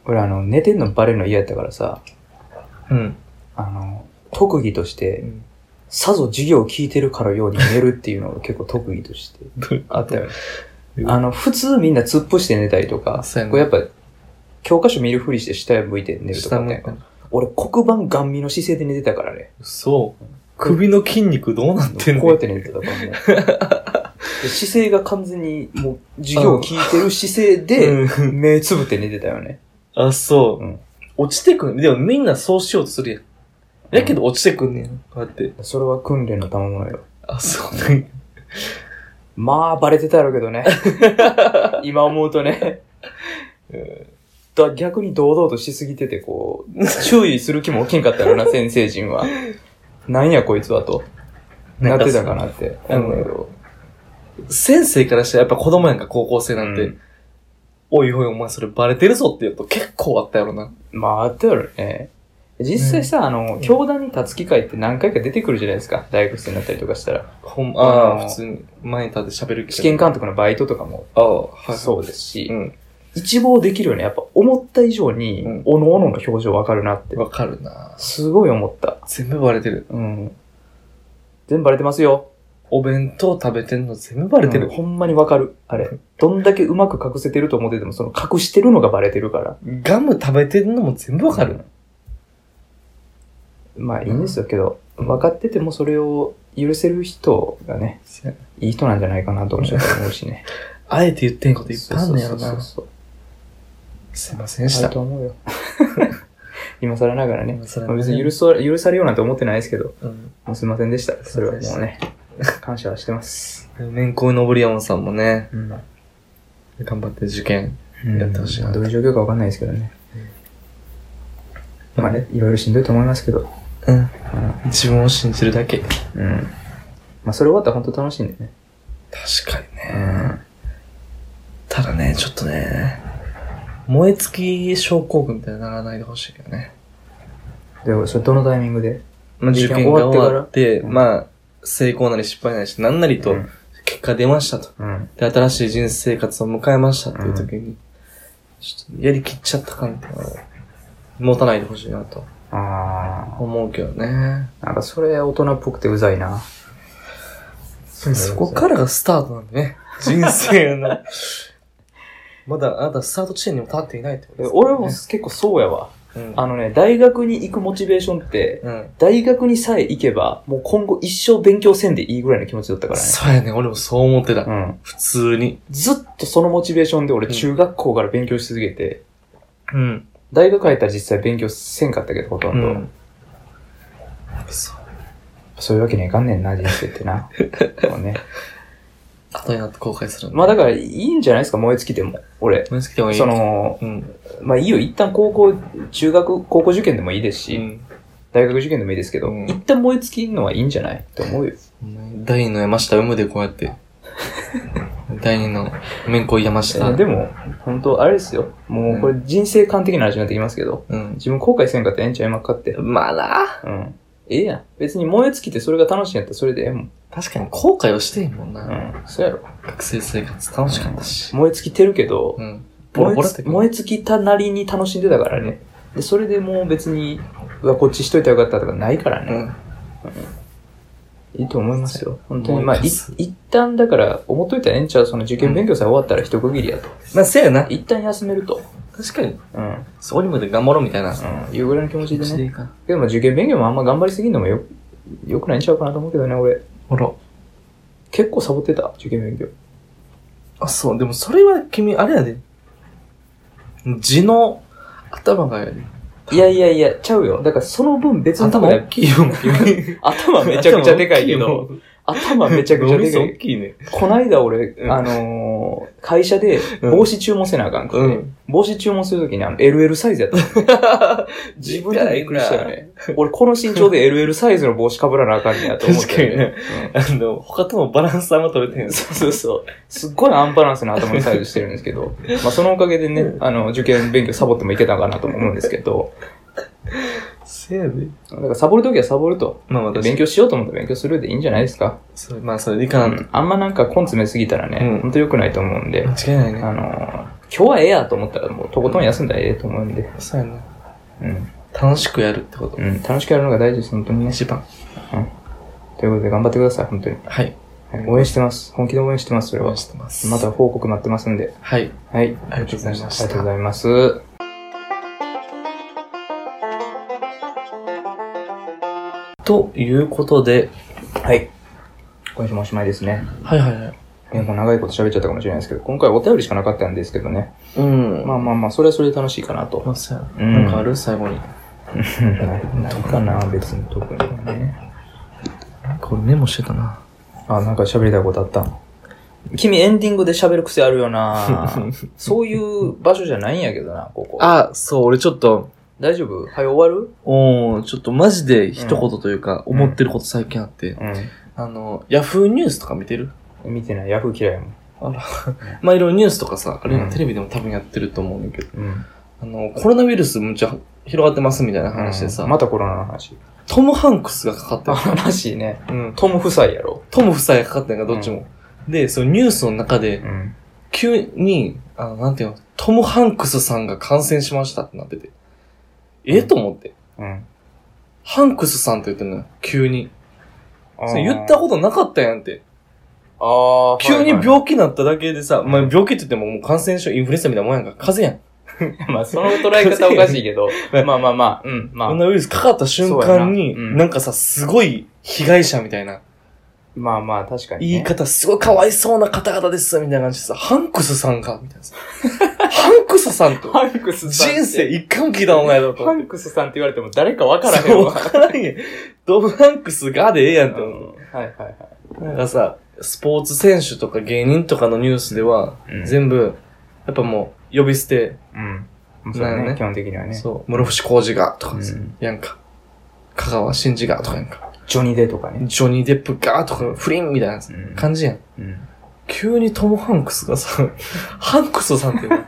Speaker 1: 俺あの、寝てんのバレるの嫌やったからさ、
Speaker 2: うん。
Speaker 1: あの、特技として、
Speaker 2: ん、
Speaker 1: さぞ授業を聞いてるからように寝るっていうのを結構特技としてあったよね。あの、普通みんな突っ伏して寝たりとか、
Speaker 2: そうやね
Speaker 1: これやっぱ、教科書見るふりして下向いて寝るとかね。俺黒板ガン見の姿勢で寝てたからね。
Speaker 2: そう。首の筋肉どうなってんの
Speaker 1: こうやって寝てたからもう姿勢が完全にもう授業を聞いてる姿勢で、
Speaker 2: うん
Speaker 1: 目つぶって寝てたよね。
Speaker 2: あ、そう。
Speaker 1: うん
Speaker 2: 落ちてくん。でもみんなそうしようとするやん。やけど落ちてくんねん。こうやって。
Speaker 1: それは訓練の賜物よ。
Speaker 2: あ、そうね。
Speaker 1: まあ、バレてたやろうけど ね。今思うとね。だ逆に堂々としすぎてて、こう、注意する気も起きんかったやろな、先生陣は。なんやこいつはと。 なってたかなって思うけど。
Speaker 2: 先生からしたらやっぱ子供やんか、高校生なんて。
Speaker 1: うん
Speaker 2: おいおい、お前それバレてるぞって言うと結構あったやろな。
Speaker 1: まあ、あったやろね。実際さ、あの、教壇に立つ機会って何回か出てくるじゃないですか。大学生になったりとかしたら。
Speaker 2: ほん、
Speaker 1: あ
Speaker 2: あ
Speaker 1: の
Speaker 2: あ、普通に前に立って喋る
Speaker 1: 試験監督のバイトとかも
Speaker 2: ああ、はい。
Speaker 1: そうですし、
Speaker 2: うん。
Speaker 1: 一望できるよね。やっぱ思った以上に
Speaker 2: うん、
Speaker 1: おのおのの表情わかるなって。
Speaker 2: わかるな。
Speaker 1: すごい思った。
Speaker 2: 全部バレてる。
Speaker 1: うん。全部バレてますよ。
Speaker 2: お弁当食べてんの全部バレて
Speaker 1: うん
Speaker 2: る。
Speaker 1: ほんまにわかる。あれ。どんだけうまく隠せてると思ってても、その隠してるのがバレてるから。
Speaker 2: ガム食べてんのも全部わかる。
Speaker 1: うんまあいいんですよけど、分かっててもそれを許せる人がね、いい人なんじゃないかなと思うしね。
Speaker 2: あえて言ってん こといっぱいあんのや
Speaker 1: そ
Speaker 2: ろ
Speaker 1: うそ
Speaker 2: な。
Speaker 1: うそう
Speaker 2: すいませんで
Speaker 1: そ
Speaker 2: し
Speaker 1: う。あ
Speaker 2: た
Speaker 1: る。と思うよ。 今更ながらね。
Speaker 2: 今更なが
Speaker 1: ま
Speaker 2: ら
Speaker 1: あ
Speaker 2: ね
Speaker 1: 別に許さ許されようなんて思ってないですけど、
Speaker 2: うん
Speaker 1: もうすいませんでした。それはも
Speaker 2: す
Speaker 1: う
Speaker 2: いません
Speaker 1: ね、感謝はしてます。
Speaker 2: 年功のぼりやもんさんもね、
Speaker 1: うん。
Speaker 2: 頑張って受験。やってほしいな
Speaker 1: どういう状況かわかんないですけどね。まあね、いろいろしんどいと思いますけど。
Speaker 2: うん。自分を信じるだけ。
Speaker 1: うん。まあそれ終わったら本当楽しいんでね。
Speaker 2: 確かにね。
Speaker 1: うん。
Speaker 2: ただね、ちょっとね、燃え尽き症候群みたいにならないでほしいけどね。
Speaker 1: で、それどのタイミングで
Speaker 2: まあ、受
Speaker 1: 受験
Speaker 2: 験が終わって、
Speaker 1: から
Speaker 2: まあ、成功なり失敗なりして、なんなりと
Speaker 1: うん
Speaker 2: 結果出ましたと。
Speaker 1: うん。
Speaker 2: で、新しい人生生活を迎えましたっていう時に、ちょっとやりきっちゃった感っていうのを持たないでほしいなと。
Speaker 1: ああ
Speaker 2: 思うけどね。
Speaker 1: あ。なんかそれ大人っぽくてうざいな。
Speaker 2: そこからがスタートなんでね。人生の。 まだ、あなたスタート地点にも立っていないってことですね、
Speaker 1: 俺も結構そうやわ。
Speaker 2: うん、
Speaker 1: あのね、大学に行くモチベーションって、
Speaker 2: うん。
Speaker 1: 大学にさえ行けば、もう今後一生勉強せんでいいぐらいの気持ちだったからね。
Speaker 2: そうやね、俺もそう思ってた。
Speaker 1: うん。
Speaker 2: 普通に。
Speaker 1: ずっとそのモチベーションで俺
Speaker 2: うん
Speaker 1: 中学校から勉強し続けて、
Speaker 2: うん。
Speaker 1: 大学入ったら実際勉強せんかったけど、ほと
Speaker 2: うん
Speaker 1: ど。
Speaker 2: ん。そう。
Speaker 1: そういうわけにはいかんねんな、人生って な。そうね。
Speaker 2: 後になって後悔するんで。
Speaker 1: まあだからいいんじゃないですか、燃え尽きても。俺。
Speaker 2: 燃え尽きてもいい。
Speaker 1: そ、の、
Speaker 2: うん。
Speaker 1: まあいいよ、一旦高校、中学、高校受験でもいいです
Speaker 2: う
Speaker 1: し、
Speaker 2: ん。
Speaker 1: 大学受験でもいいですけど、
Speaker 2: うん
Speaker 1: 一旦燃え尽きるのはいいんじゃないって思うよ。
Speaker 2: 第二の山下、有無でこうやって。第二の、面子山
Speaker 1: え
Speaker 2: 下。
Speaker 1: ーでも、本当あれですよ。もうこれ人生観的な話になってきますけど、
Speaker 2: うん。
Speaker 1: 自分後悔せんかったらええんちゃいまっかって。
Speaker 2: まあな。
Speaker 1: うん。ええやん。別に燃え尽きてそれが楽しいんやったらそれでええもん。
Speaker 2: 確かに後悔をしていいもんな。
Speaker 1: うん。そうやろ。
Speaker 2: 学生生活楽しかったし。
Speaker 1: 燃え尽きてるけど、
Speaker 2: うん。ボ
Speaker 1: 燃
Speaker 2: ロ
Speaker 1: え
Speaker 2: ボロって
Speaker 1: つ
Speaker 2: くる
Speaker 1: 燃え尽きたなりに楽しんでたからね。で、それでもう別に、うわ、こっちしといたらよかったとかないから
Speaker 2: う
Speaker 1: ね。
Speaker 2: ん。
Speaker 1: いいと思いますよ。本当
Speaker 2: 思
Speaker 1: に。
Speaker 2: い
Speaker 1: ま
Speaker 2: ま
Speaker 1: あ、い
Speaker 2: す
Speaker 1: 一旦だから、思っといたらええんちゃうその受験勉強さえ終わったら一区切りやと。
Speaker 2: まあ、せやな。
Speaker 1: 一旦休めると。
Speaker 2: 確かに、
Speaker 1: うん。うん。
Speaker 2: そこに向けて頑張ろうみたいな。
Speaker 1: いうぐらいの気持
Speaker 2: 気
Speaker 1: ち
Speaker 2: 持
Speaker 1: で
Speaker 2: ち
Speaker 1: ね
Speaker 2: で。いいか。
Speaker 1: けどまあ受験勉強もあんま頑張りすぎるのもよ、よくないんちゃうかなと思うけどね、俺。
Speaker 2: ほら。
Speaker 1: 結構サボってた、受験勉強。
Speaker 2: あ、そう。でもそれは君、あれやで。字の頭が
Speaker 1: いやいやいや、ちゃうよ。だからその分別のとこ
Speaker 2: 頭
Speaker 1: で
Speaker 2: 大きいよ、 君。
Speaker 1: 頭めちゃくちゃでかいけど、、頭めちゃくちゃ
Speaker 2: 脳み
Speaker 1: でか
Speaker 2: そ
Speaker 1: い
Speaker 2: 大。きいね。
Speaker 1: こないだ俺、
Speaker 2: うん
Speaker 1: あのー会社で
Speaker 2: うん
Speaker 1: 帽子注文せなあかんくて、
Speaker 2: うん
Speaker 1: 帽子注文するときにあの LL サイズやったの。 自分でびっくりしたよね。俺この身長で LL サイズの帽子かぶらなあかんねやと思って、
Speaker 2: 確あの、他とのバランスあんま取れてへ
Speaker 1: うんん
Speaker 2: す。
Speaker 1: そうそうそう。すっごいアンバランスな頭のサイズしてるんですけど、まあそのおかげでね、あの、受験勉強サボってもいけたのかなとも思うんですけど、
Speaker 2: せやで。
Speaker 1: だからサボるときはサボると。
Speaker 2: まあまあ、
Speaker 1: 勉
Speaker 2: 強。
Speaker 1: 強しようと思って勉強するでいいんじゃないですか。
Speaker 2: そうまあ、それでいいかなと。
Speaker 1: あんまなんか根詰めすぎたらね、
Speaker 2: うん
Speaker 1: ほんと良くないと思うんで、
Speaker 2: 間違いないね。
Speaker 1: あのー今日はええやと思ったら、もうとことん休んだらええと思うんで、
Speaker 2: そうやな。
Speaker 1: うん。
Speaker 2: 楽しくやるってこと
Speaker 1: う。ん。楽しくやるのが大事です、本当にね。
Speaker 2: 一番。
Speaker 1: ということで、頑張ってください、本当に。
Speaker 2: はい。
Speaker 1: はい応援してます。本気で応援してます、それ
Speaker 2: 応
Speaker 1: は
Speaker 2: 援。してます。
Speaker 1: また。報告待ってますんで。
Speaker 2: はい。
Speaker 1: はい。
Speaker 2: ありがとうございました
Speaker 1: ありがとうございます。
Speaker 2: ということで、
Speaker 1: はい。今週もおしまいですね。
Speaker 2: はいはいはい。
Speaker 1: いやもう長いこと喋っちゃったかもしれないですけど、今回お便りしかなかったんですけどね。
Speaker 2: うん。
Speaker 1: まあまあまあ、それはそれで楽しいかなと。
Speaker 2: まあ、そうや
Speaker 1: うん
Speaker 2: な。なんかある最後に。
Speaker 1: ないかな、別に特にね。
Speaker 2: なんか俺メモしてたな。
Speaker 1: あ、なんか喋りたいことあったの君エンディングで喋る癖あるよな そういう場所じゃないんやけどな、ここ。
Speaker 2: あ、そう、俺ちょっと、
Speaker 1: 大丈夫はい、終わる
Speaker 2: おーちょっとマジで一言というか、思ってること最近あって、あの、ヤフーニュースとか見てる
Speaker 1: うん。見てない、ヤフー嫌いやもん。
Speaker 2: あら、まあいろいろニュースとかさ、あれ
Speaker 1: うん
Speaker 2: テレビでも多分やってると思うんだけど、
Speaker 1: うん。
Speaker 2: あの、コロナウイルスむっちゃ広がってますみたいな話でさ、
Speaker 1: またコロナの 話。
Speaker 2: トム・ハンクスがかかっ
Speaker 1: 話しいね。
Speaker 2: てる。うん。
Speaker 1: トム夫妻やろ。
Speaker 2: トム夫妻がかかってんか、どっちも。で、そのニュースの中で、
Speaker 1: ん。
Speaker 2: 急に、あの、なんていうの、トム・ハンクスさんが感染しましたってなってて。えと思って。
Speaker 1: うん。
Speaker 2: ハンクスさんって言ってんのよ、急に。
Speaker 1: あー
Speaker 2: それ言ったことなかったやんって。
Speaker 1: あー
Speaker 2: 急に
Speaker 1: はいは
Speaker 2: 病気になっただけでさ、まあ病気って言ってももう感染症、インフルエンザみたいなもんやんか、風邪やん。
Speaker 1: いまあ、その捉え方おかしいけ ど、まあまあまあ、うん、まあ
Speaker 2: コロ、ナウイルスかかった瞬間に、
Speaker 1: そう
Speaker 2: な
Speaker 1: やなうん
Speaker 2: んかさ、すごい被害者みたいな、
Speaker 1: まあまあ、確かに、ね。
Speaker 2: 言い方、すごいかわいそうな方々です、みたいな感じでさ、ハンクスさんが、みたいな さ。ハンクスさんと、
Speaker 1: ハンクスさんって。
Speaker 2: 人生一回も聞いたお前だと
Speaker 1: ハ
Speaker 2: 思って。
Speaker 1: ンクスさんって言われても誰かわからへ
Speaker 2: そ
Speaker 1: ん
Speaker 2: う
Speaker 1: わ。
Speaker 2: わからんやん。ドム・ハンクスがでええやんって
Speaker 1: う
Speaker 2: 思
Speaker 1: んはいはいはい。
Speaker 2: う。なんかさ、スポーツ選手とか芸人とかのニュースでは、
Speaker 1: うん
Speaker 2: 全部、やっぱもう、呼び捨て、
Speaker 1: うん。そうだ
Speaker 2: なる
Speaker 1: ね、
Speaker 2: ね
Speaker 1: 基本的にはね。
Speaker 2: そう、室伏浩二が、とかさ、
Speaker 1: うん
Speaker 2: やんか。香川真司が、とかやんか。
Speaker 1: ジョニー・デとかね。
Speaker 2: ジョニー・デップが、とか、不倫みたいなさ
Speaker 1: うん
Speaker 2: 感じやん。
Speaker 1: うん。
Speaker 2: 急にトム・ハンクスがさ、 ハンクスさんって言うの。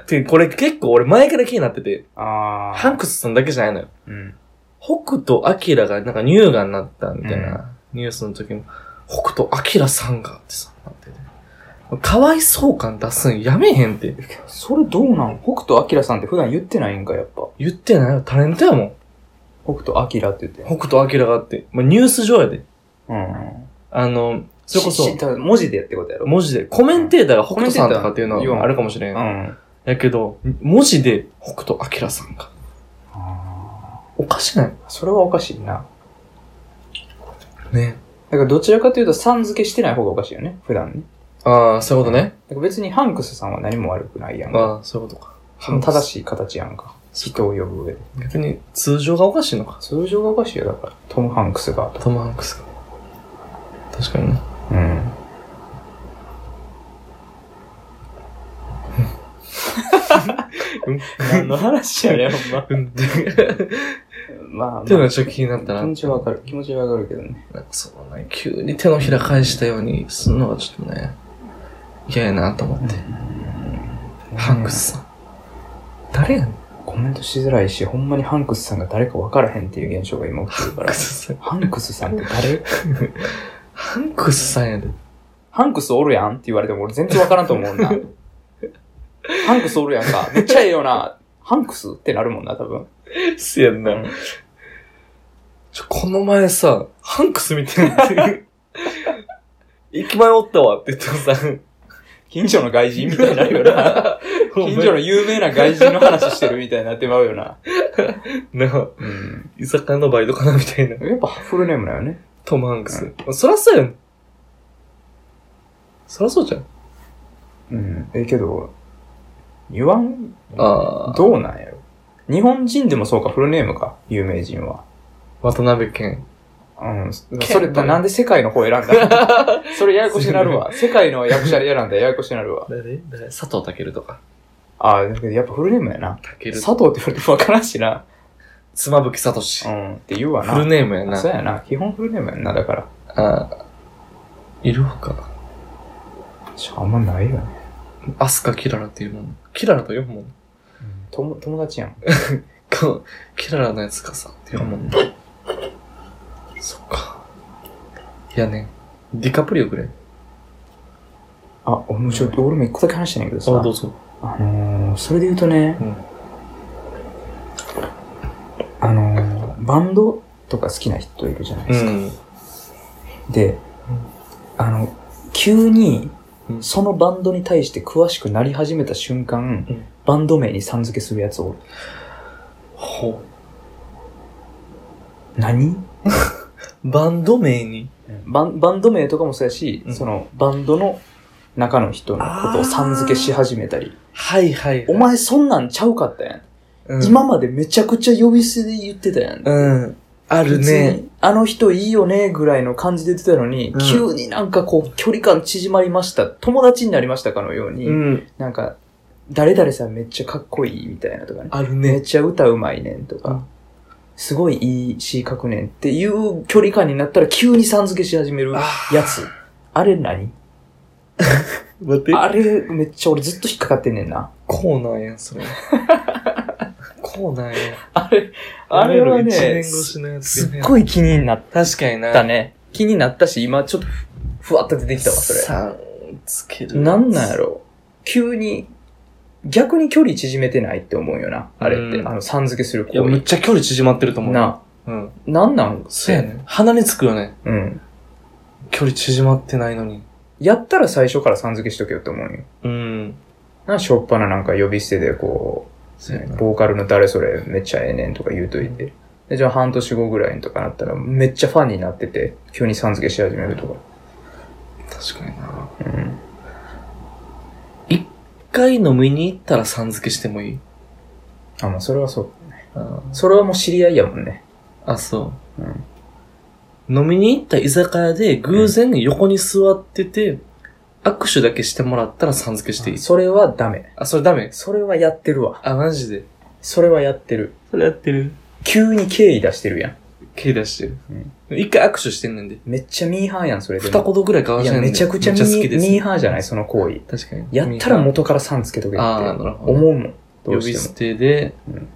Speaker 2: って、これ結構俺前から気になってて、
Speaker 1: あー。
Speaker 2: ハンクスさんだけじゃないのよ。
Speaker 1: うん。
Speaker 2: 北斗晶がなんか乳がんになったみたいなニュースの時も、北斗晶さんがってさ、なってて。かわいそう感出すんやめへんって。
Speaker 1: それどうなん北斗晶さんって普段言ってないんか、やっぱ。
Speaker 2: 言ってないよ。タレントやもん。
Speaker 1: 北斗晶って言って。
Speaker 2: 北斗晶があって。まあ、ニュース上やで。
Speaker 1: うん。
Speaker 2: あの、それこそ
Speaker 1: し、し文字でってことやろ。
Speaker 2: 文字で、コメンテーターが北斗さんとかっていうのはあるかもしれん。
Speaker 1: うん。
Speaker 2: やけど、文字で北斗晶さんが。
Speaker 1: あ
Speaker 2: おかしない
Speaker 1: ーそれはおかしいな。
Speaker 2: ね。
Speaker 1: だからどちらかというと、さん付けしてない方がおかしいよね、普段ね。
Speaker 2: ああ、そういうことね。
Speaker 1: だから別にハンクスさんは何も悪くないやんか。
Speaker 2: ああ、そういうことか。
Speaker 1: その正
Speaker 2: い。
Speaker 1: しい形やんか。人を呼ぶ上で。
Speaker 2: 逆に、通常がおかしいのか。
Speaker 1: 通常がおかしいよ、だから。トム・ハンクスが。
Speaker 2: トム・ハンクスが。確かにね。
Speaker 1: うん。何の話やねん、ほんま。
Speaker 2: うん。で
Speaker 1: まあ、まあ、
Speaker 2: っていうのがちょっと気になったな。
Speaker 1: 気持ちはわかる。気持ちはわかるけどね。
Speaker 2: なんかそうね、急に手のひら返したようにするのがちょっとね、嫌やなと思って。ハンクスさん。誰やねん。
Speaker 1: コメントしづらいし、ほんまにハンクスさんが誰かわからへんっていう現象が今起きてる
Speaker 2: ハ
Speaker 1: か
Speaker 2: ンク
Speaker 1: ら。
Speaker 2: スさん。
Speaker 1: ハンクスさんって誰
Speaker 2: ハンクスさんやで。
Speaker 1: ハンクスおるやんって言われても俺全然わからんと 思うな。ハンクスおるやんか。めっちゃええよな。ハンクスってなるもんな、多分。
Speaker 2: せやんな。ちょ、この前さ、ハンクスみたいになって る。駅前おったわって言ってもさ、
Speaker 1: 近所の外人みたいになるよ な。 近所の有名な外人の話してるみたいになってまうよな。
Speaker 2: な、
Speaker 1: うん。
Speaker 2: 居酒屋のバイトかなみたいな。
Speaker 1: やっぱフルネームだよね。
Speaker 2: トム・ハンクス。そらそうやん。そらそうじゃん。
Speaker 1: うん。ええけど、言わん
Speaker 2: ああ。
Speaker 1: どうなんやろ日本人でもそうか、フルネームか、有名人は。
Speaker 2: 渡辺謙。
Speaker 1: うん。そ
Speaker 2: ケン
Speaker 1: れ、
Speaker 2: ト
Speaker 1: ななんで世界の方選んだ それややこしになるわ。世界の役者で選んだらややこしになるわ。
Speaker 2: 誰誰佐藤健とか。
Speaker 1: ああ、だけどやっぱフルネームやな。
Speaker 2: 健
Speaker 1: 佐藤って言われてもわからんしな。
Speaker 2: 妻夫木聡
Speaker 1: う。ん。って言うわな。
Speaker 2: フルネームや
Speaker 1: あそう
Speaker 2: な。
Speaker 1: やな。基本フルネームやんな。だから。
Speaker 2: あいるほか。
Speaker 1: しょあんまないよね。
Speaker 2: アスカ・キララっていうもん。キララと読むもん。
Speaker 1: 友友達やん。
Speaker 2: こキララのやつかさって読むもん。そっか。いやね。ディカプリオぐらい。
Speaker 1: あ、俺もちょっと、俺も一個だけ話してないけどさ。
Speaker 2: うぞ。
Speaker 1: あのー、それで言うとね、
Speaker 2: うん
Speaker 1: あのー、バンドとか好きな人いるじゃないで
Speaker 2: う
Speaker 1: すか。
Speaker 2: ん。
Speaker 1: で、あの、急に
Speaker 2: う、ん
Speaker 1: そのバンドに対して詳しくなり始めた瞬間、
Speaker 2: うん
Speaker 1: バンド名にさん付けするやつおる。
Speaker 2: ほ
Speaker 1: 何
Speaker 2: う。バンド名に。
Speaker 1: バンバンド名とかもそうやし、
Speaker 2: うん
Speaker 1: そのバンドの中の人のことをさん付けし始めたり、
Speaker 2: はいはい。
Speaker 1: お、前そんなんちゃうかったやん。
Speaker 2: うん、
Speaker 1: 今までめちゃくちゃ呼び捨てで言ってたやん。
Speaker 2: うん。ある
Speaker 1: 別
Speaker 2: ね。
Speaker 1: にあの人いいよねぐらいの感じで言ってたのに、
Speaker 2: うん
Speaker 1: 急になんかこう距離感縮まりました、友達になりましたかのように、
Speaker 2: うん。
Speaker 1: なんか、誰々さんめっちゃかっこいいみたいなとかね、
Speaker 2: ある
Speaker 1: めっ
Speaker 2: ね。
Speaker 1: ちゃ歌うまいねんとか、
Speaker 2: うん
Speaker 1: すごいいい詩書くねんっていう距離感になったら急にさん付けし始めるや
Speaker 2: あー
Speaker 1: つ。あれ何
Speaker 2: 待って
Speaker 1: あれめっちゃ俺ずっと引っかかってんねんな。
Speaker 2: コーナーやん、そ れ。コーナーやん。
Speaker 1: あれ、あれは
Speaker 2: 一年
Speaker 1: ね、
Speaker 2: 越しのやつ
Speaker 1: す
Speaker 2: や
Speaker 1: っ
Speaker 2: ね
Speaker 1: ごい気になっ
Speaker 2: 確かにな。
Speaker 1: たね。気になったし、今ちょっとふふわっと出てきたわ、それ。
Speaker 2: さんつける。
Speaker 1: なんなんやろ急に、逆に距離縮めてないって思うよな、あれって。
Speaker 2: うん
Speaker 1: あの、さん付けする
Speaker 2: いや、
Speaker 1: 行
Speaker 2: むっ
Speaker 1: 為。
Speaker 2: ちゃ距離縮まってると思う。。
Speaker 1: な、
Speaker 2: うん。
Speaker 1: なんなん
Speaker 2: そうや。ね。鼻につくよね。
Speaker 1: うん。
Speaker 2: 距離縮まってないのに。
Speaker 1: やったら最初からさん付けしとけよって思うよ。
Speaker 2: うん。
Speaker 1: な、しょっぱななんか呼び捨てでこ
Speaker 2: そうや
Speaker 1: う、
Speaker 2: な。
Speaker 1: ボーカルの誰それめっちゃええねんとか言うといて。で、じゃあ半年後ぐらいにとかなったら、めっちゃファンになってて、急にさん付けし始めるとか。
Speaker 2: 確かにな。
Speaker 1: うん。
Speaker 2: 一回飲みに行ったらさん付けしてもいい。
Speaker 1: あ、まあそれはそう。
Speaker 2: あ
Speaker 1: それはもう知り合いやもんね。
Speaker 2: あ、そう。飲みに行った居酒屋で偶然横に座ってて、握手だけしてもらったらさん付けしていい。
Speaker 1: それはダメ。
Speaker 2: あ、それダメ。
Speaker 1: それはやってるわ。
Speaker 2: あ、マジで。
Speaker 1: それはやってる。
Speaker 2: それやってる。
Speaker 1: 急に敬意出してるやん。
Speaker 2: 手出してる。一回握手してんねんで。
Speaker 1: めっちゃミーハーやん、それで
Speaker 2: 二
Speaker 1: も。
Speaker 2: 言ぐらい交わ
Speaker 1: い
Speaker 2: し
Speaker 1: や、
Speaker 2: てんねんで。
Speaker 1: めちゃくちゃミ
Speaker 2: めっ好き
Speaker 1: ー
Speaker 2: です。
Speaker 1: ミーハーじゃない、その行為。
Speaker 2: 確かに。
Speaker 1: やったら元からさんつけとけって
Speaker 2: ああ、なるほどね、
Speaker 1: 思うもん。ど
Speaker 2: 呼
Speaker 1: うし
Speaker 2: び捨
Speaker 1: て
Speaker 2: てで、
Speaker 1: うん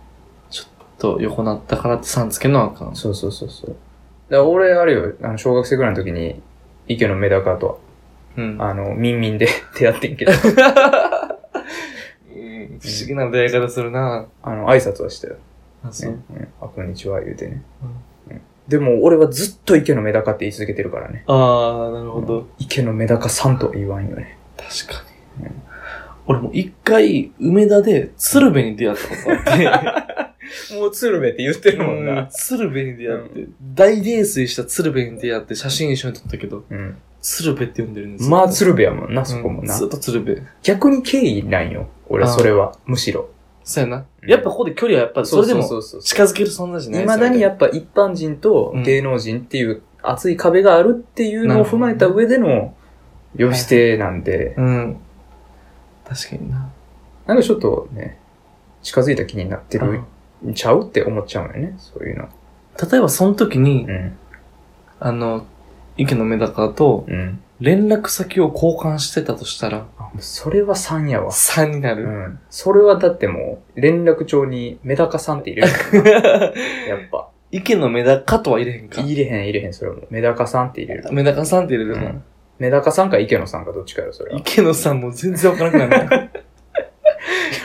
Speaker 2: ちょっと横なったからってさんつけなあかん
Speaker 1: も。。そうそうそうそう。だから俺、あれよ、あの小学生ぐらいの時に、池のメダカと
Speaker 2: うん。
Speaker 1: あの、ミンミンで 出会ってんけど、
Speaker 2: うん不思議な出会い方するな
Speaker 1: あの、挨拶はしたよ。
Speaker 2: あ、そう
Speaker 1: ね。うんあ、こんにちは、言うてね
Speaker 2: うん。
Speaker 1: うんでも、俺はずっと池のメダカって言い続けてるからね。
Speaker 2: ああ、なるほど。
Speaker 1: 池のメダカさんとは言わんよね。
Speaker 2: 確かに。俺も一回、梅田で鶴瓶に出会ったことあって
Speaker 1: もう鶴瓶って言ってるもん
Speaker 2: う。
Speaker 1: なん
Speaker 2: 鶴瓶に出会って、大泥酔した鶴瓶に出会って写真一緒に撮ったけど、
Speaker 1: うん。
Speaker 2: 鶴瓶って呼んでるんです
Speaker 1: まあ、鶴瓶やもんな、そこも
Speaker 2: うん
Speaker 1: な
Speaker 2: ず。っと鶴瓶。
Speaker 1: 逆に敬意なんよ。俺、それは。むしろ。
Speaker 2: そうやな。
Speaker 1: うん
Speaker 2: やっぱここで距離はやっぱり、それでも
Speaker 1: そうそうそう
Speaker 2: 近づける存在じゃない
Speaker 1: 未だにや
Speaker 2: っ
Speaker 1: っぱ一般人と芸能人っていう熱い壁があるっていうのを踏まえた上での呼び捨てなんで、
Speaker 2: ぱ。うん。確かにな。
Speaker 1: なんかちょっとね、近づいた気になってるんちゃうって思っちゃうよね、そういうの。
Speaker 2: 例えばその時に
Speaker 1: う、ん。
Speaker 2: あの、池のメダカと
Speaker 1: うん。
Speaker 2: 連絡先を交換してたとしたら、
Speaker 1: あそれは3やわ。
Speaker 2: 3にな
Speaker 1: う
Speaker 2: る。
Speaker 1: ん。それはだってもう、連絡帳にメダカさんって入れる。やっぱ。
Speaker 2: 池のメダカとは入れへんか。
Speaker 1: 入れへん入れへん、それも。メダカさんって入れる。
Speaker 2: メダカさんって入れるの。
Speaker 1: うんメダカさんか池野さんかどっちかよ、それは。
Speaker 2: 池野さんも全然わからなく な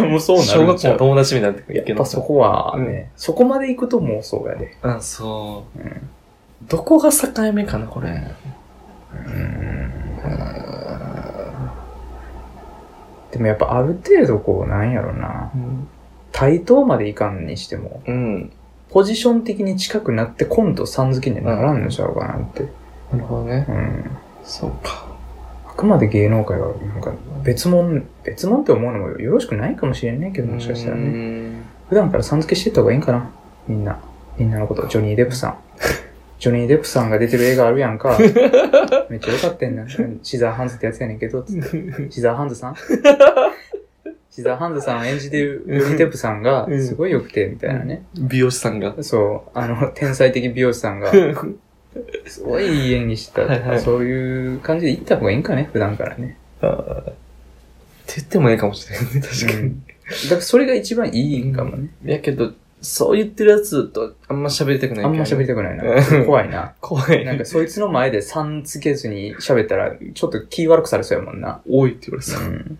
Speaker 2: る。
Speaker 1: もうそ
Speaker 2: 小学校
Speaker 1: う
Speaker 2: の友達みたいになってくる
Speaker 1: や
Speaker 2: 池
Speaker 1: っ
Speaker 2: 野
Speaker 1: ぱ
Speaker 2: さ
Speaker 1: そ
Speaker 2: ん。
Speaker 1: こはね、そこまで行くと妄想やで。
Speaker 2: うん、そう。どこが境目かな、これ。
Speaker 1: でもやっぱある程度こう、なんやろな。
Speaker 2: うん。
Speaker 1: 対等までいかんにしても、
Speaker 2: うん。
Speaker 1: ポジション的に近くなって今度さん付けにはならんのちゃうかなって。
Speaker 2: なるほどね。
Speaker 1: うん。
Speaker 2: そうか。
Speaker 1: あくまで芸能界は、なんか別物、別物って思うのもよろしくないかもしれないけど、もしかしたらね。
Speaker 2: ね。
Speaker 1: 普段からさん付けしてった方がいいんかな。みんな。みんなのこと。ジョニー・デップさ ん。ジョニー・デップさんが出てる映画あるやんか。めっちゃ良かったやんな。シザーハンズってやつやねんけど、つってシザーハンズさ んシザーハンズさんを演じてるジョニー・デップさんが
Speaker 2: うん
Speaker 1: すごい良くて、みたいなね。
Speaker 2: 美容師さん が。
Speaker 1: そう、あの、天才的美容師さん が、すごいいい演技してたとか、
Speaker 2: はいはい
Speaker 1: そういう感じで行った方がいいんかね、普段からね。
Speaker 2: って言ってもええかもしれないね、確か
Speaker 1: う
Speaker 2: に。
Speaker 1: んだからそれが一番いいんかもね。
Speaker 2: やけど、そう言ってるやつとあんま喋りたくない
Speaker 1: あんま喋り
Speaker 2: たく
Speaker 1: たくない
Speaker 2: うん
Speaker 1: な。怖いな。
Speaker 2: 怖 い。
Speaker 1: なんかそいつの前でさんつけずに喋ったら、ちょっと気悪くされそうやもんな。
Speaker 2: 多いって言われ
Speaker 1: う
Speaker 2: さ、
Speaker 1: ん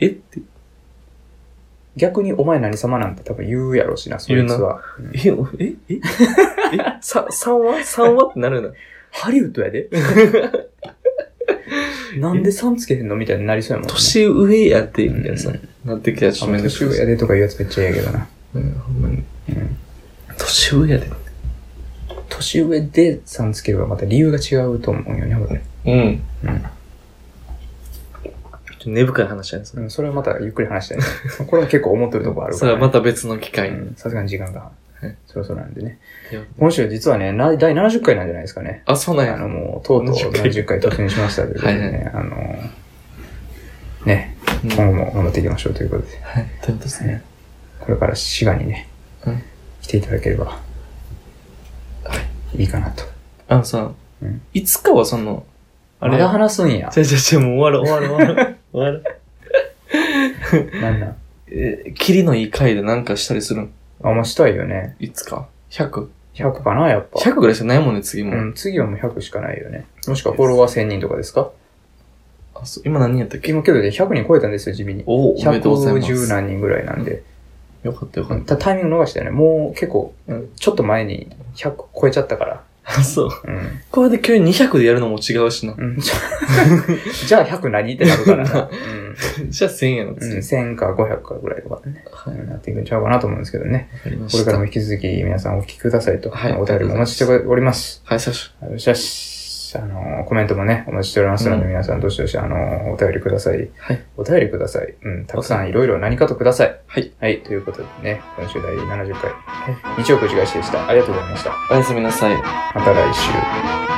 Speaker 2: えって、
Speaker 1: 逆にお前何様なんて多分言うやろうしな、そいつ
Speaker 2: 言う
Speaker 1: は。うん
Speaker 2: え、おえ、え、え、さ、3は ?3 はってなるな。
Speaker 1: ハリウッドや で。なんでさんつけへんのみたいになりそうやもんね。
Speaker 2: 年上やって、
Speaker 1: うん
Speaker 2: みたいなさ、なってきたらちょっとめんどく
Speaker 1: 年
Speaker 2: さい
Speaker 1: 上やでとか言うやつめっちゃ嫌やけどな。
Speaker 2: うん、ほんまに。年上やで。
Speaker 1: 年上でさんつければまた理由が違うと思うよね、俺
Speaker 2: うん。
Speaker 1: うん
Speaker 2: ちょっと根深い話やね、それ。
Speaker 1: うん。それはまたゆっくり話した いね。これも結構思ってるとこあるか
Speaker 2: それ
Speaker 1: ら、
Speaker 2: は
Speaker 1: ね。
Speaker 2: また別の機会に。
Speaker 1: うんさすがに時間が
Speaker 2: はい。
Speaker 1: そろそろなんでね
Speaker 2: いや。
Speaker 1: 今週実はね、な第70回なんじゃないですかね。
Speaker 2: あ、そうなん
Speaker 1: あ
Speaker 2: や。
Speaker 1: の、もう、とうとう
Speaker 2: 70回
Speaker 1: 70回突入しましたということで
Speaker 2: はい
Speaker 1: ね、あの、ね、
Speaker 2: うん
Speaker 1: 今後も頑張っていきましょうということで、
Speaker 2: はい、ということですね。
Speaker 1: これから滋賀にね
Speaker 2: うん、
Speaker 1: 来ていただければ、いいかなと。
Speaker 2: あのさ、
Speaker 1: うん
Speaker 2: いつかはその、あ
Speaker 1: ま
Speaker 2: れ
Speaker 1: だ
Speaker 2: や、
Speaker 1: 話すんや
Speaker 2: じ。ゃじゃじゃもう終わる終わる終わる。終わる。
Speaker 1: なんなん。
Speaker 2: えー、キリのいい回でなんかしたりするん
Speaker 1: あ、もうしたいよね。
Speaker 2: いつか ?100?100
Speaker 1: 100かな、やっぱ。
Speaker 2: ぐらいしかないもんね、次も。
Speaker 1: うん、次はもう100しかないよね。もしくはフォロワー1000人とかですか
Speaker 2: あ、そう、今何人やったっけ
Speaker 1: 今けどね、100人超えたんですよ、地味に。
Speaker 2: おお、おめでとうございま
Speaker 1: 110
Speaker 2: す。
Speaker 1: 何人ぐらいなんで。
Speaker 2: よかったよかった
Speaker 1: タイミング逃したよね。もう結構、うんちょっと前に100超えちゃったから。
Speaker 2: た。あ、そう。
Speaker 1: うん。
Speaker 2: これで急に200でやるのも違うしな。
Speaker 1: うん、じゃあ じゃあ100何ってなる からな。うん。
Speaker 2: じゃあ1000円の
Speaker 1: うん
Speaker 2: 次。わ、
Speaker 1: 1000か500かぐらいとかね、
Speaker 2: は
Speaker 1: なっていくんちゃうかなと思うんですけどね。
Speaker 2: かりま
Speaker 1: こ
Speaker 2: し
Speaker 1: れ
Speaker 2: た。
Speaker 1: からも引き続き皆さんお聞きくださいと、
Speaker 2: はい
Speaker 1: お便りもお待ちしております。
Speaker 2: はい、最初。
Speaker 1: よしよし。あの、コメントもね、お待ちしておりますので、
Speaker 2: うん
Speaker 1: 皆さんどしどし、あの、お便りください。
Speaker 2: はい
Speaker 1: お便りください。うん、たくさんいろいろ何かとください。
Speaker 2: はい。
Speaker 1: はい、ということでね、今週第70回、日曜くじ返しでした。ありがとうございました。
Speaker 2: おやすみなさい。
Speaker 1: また来週。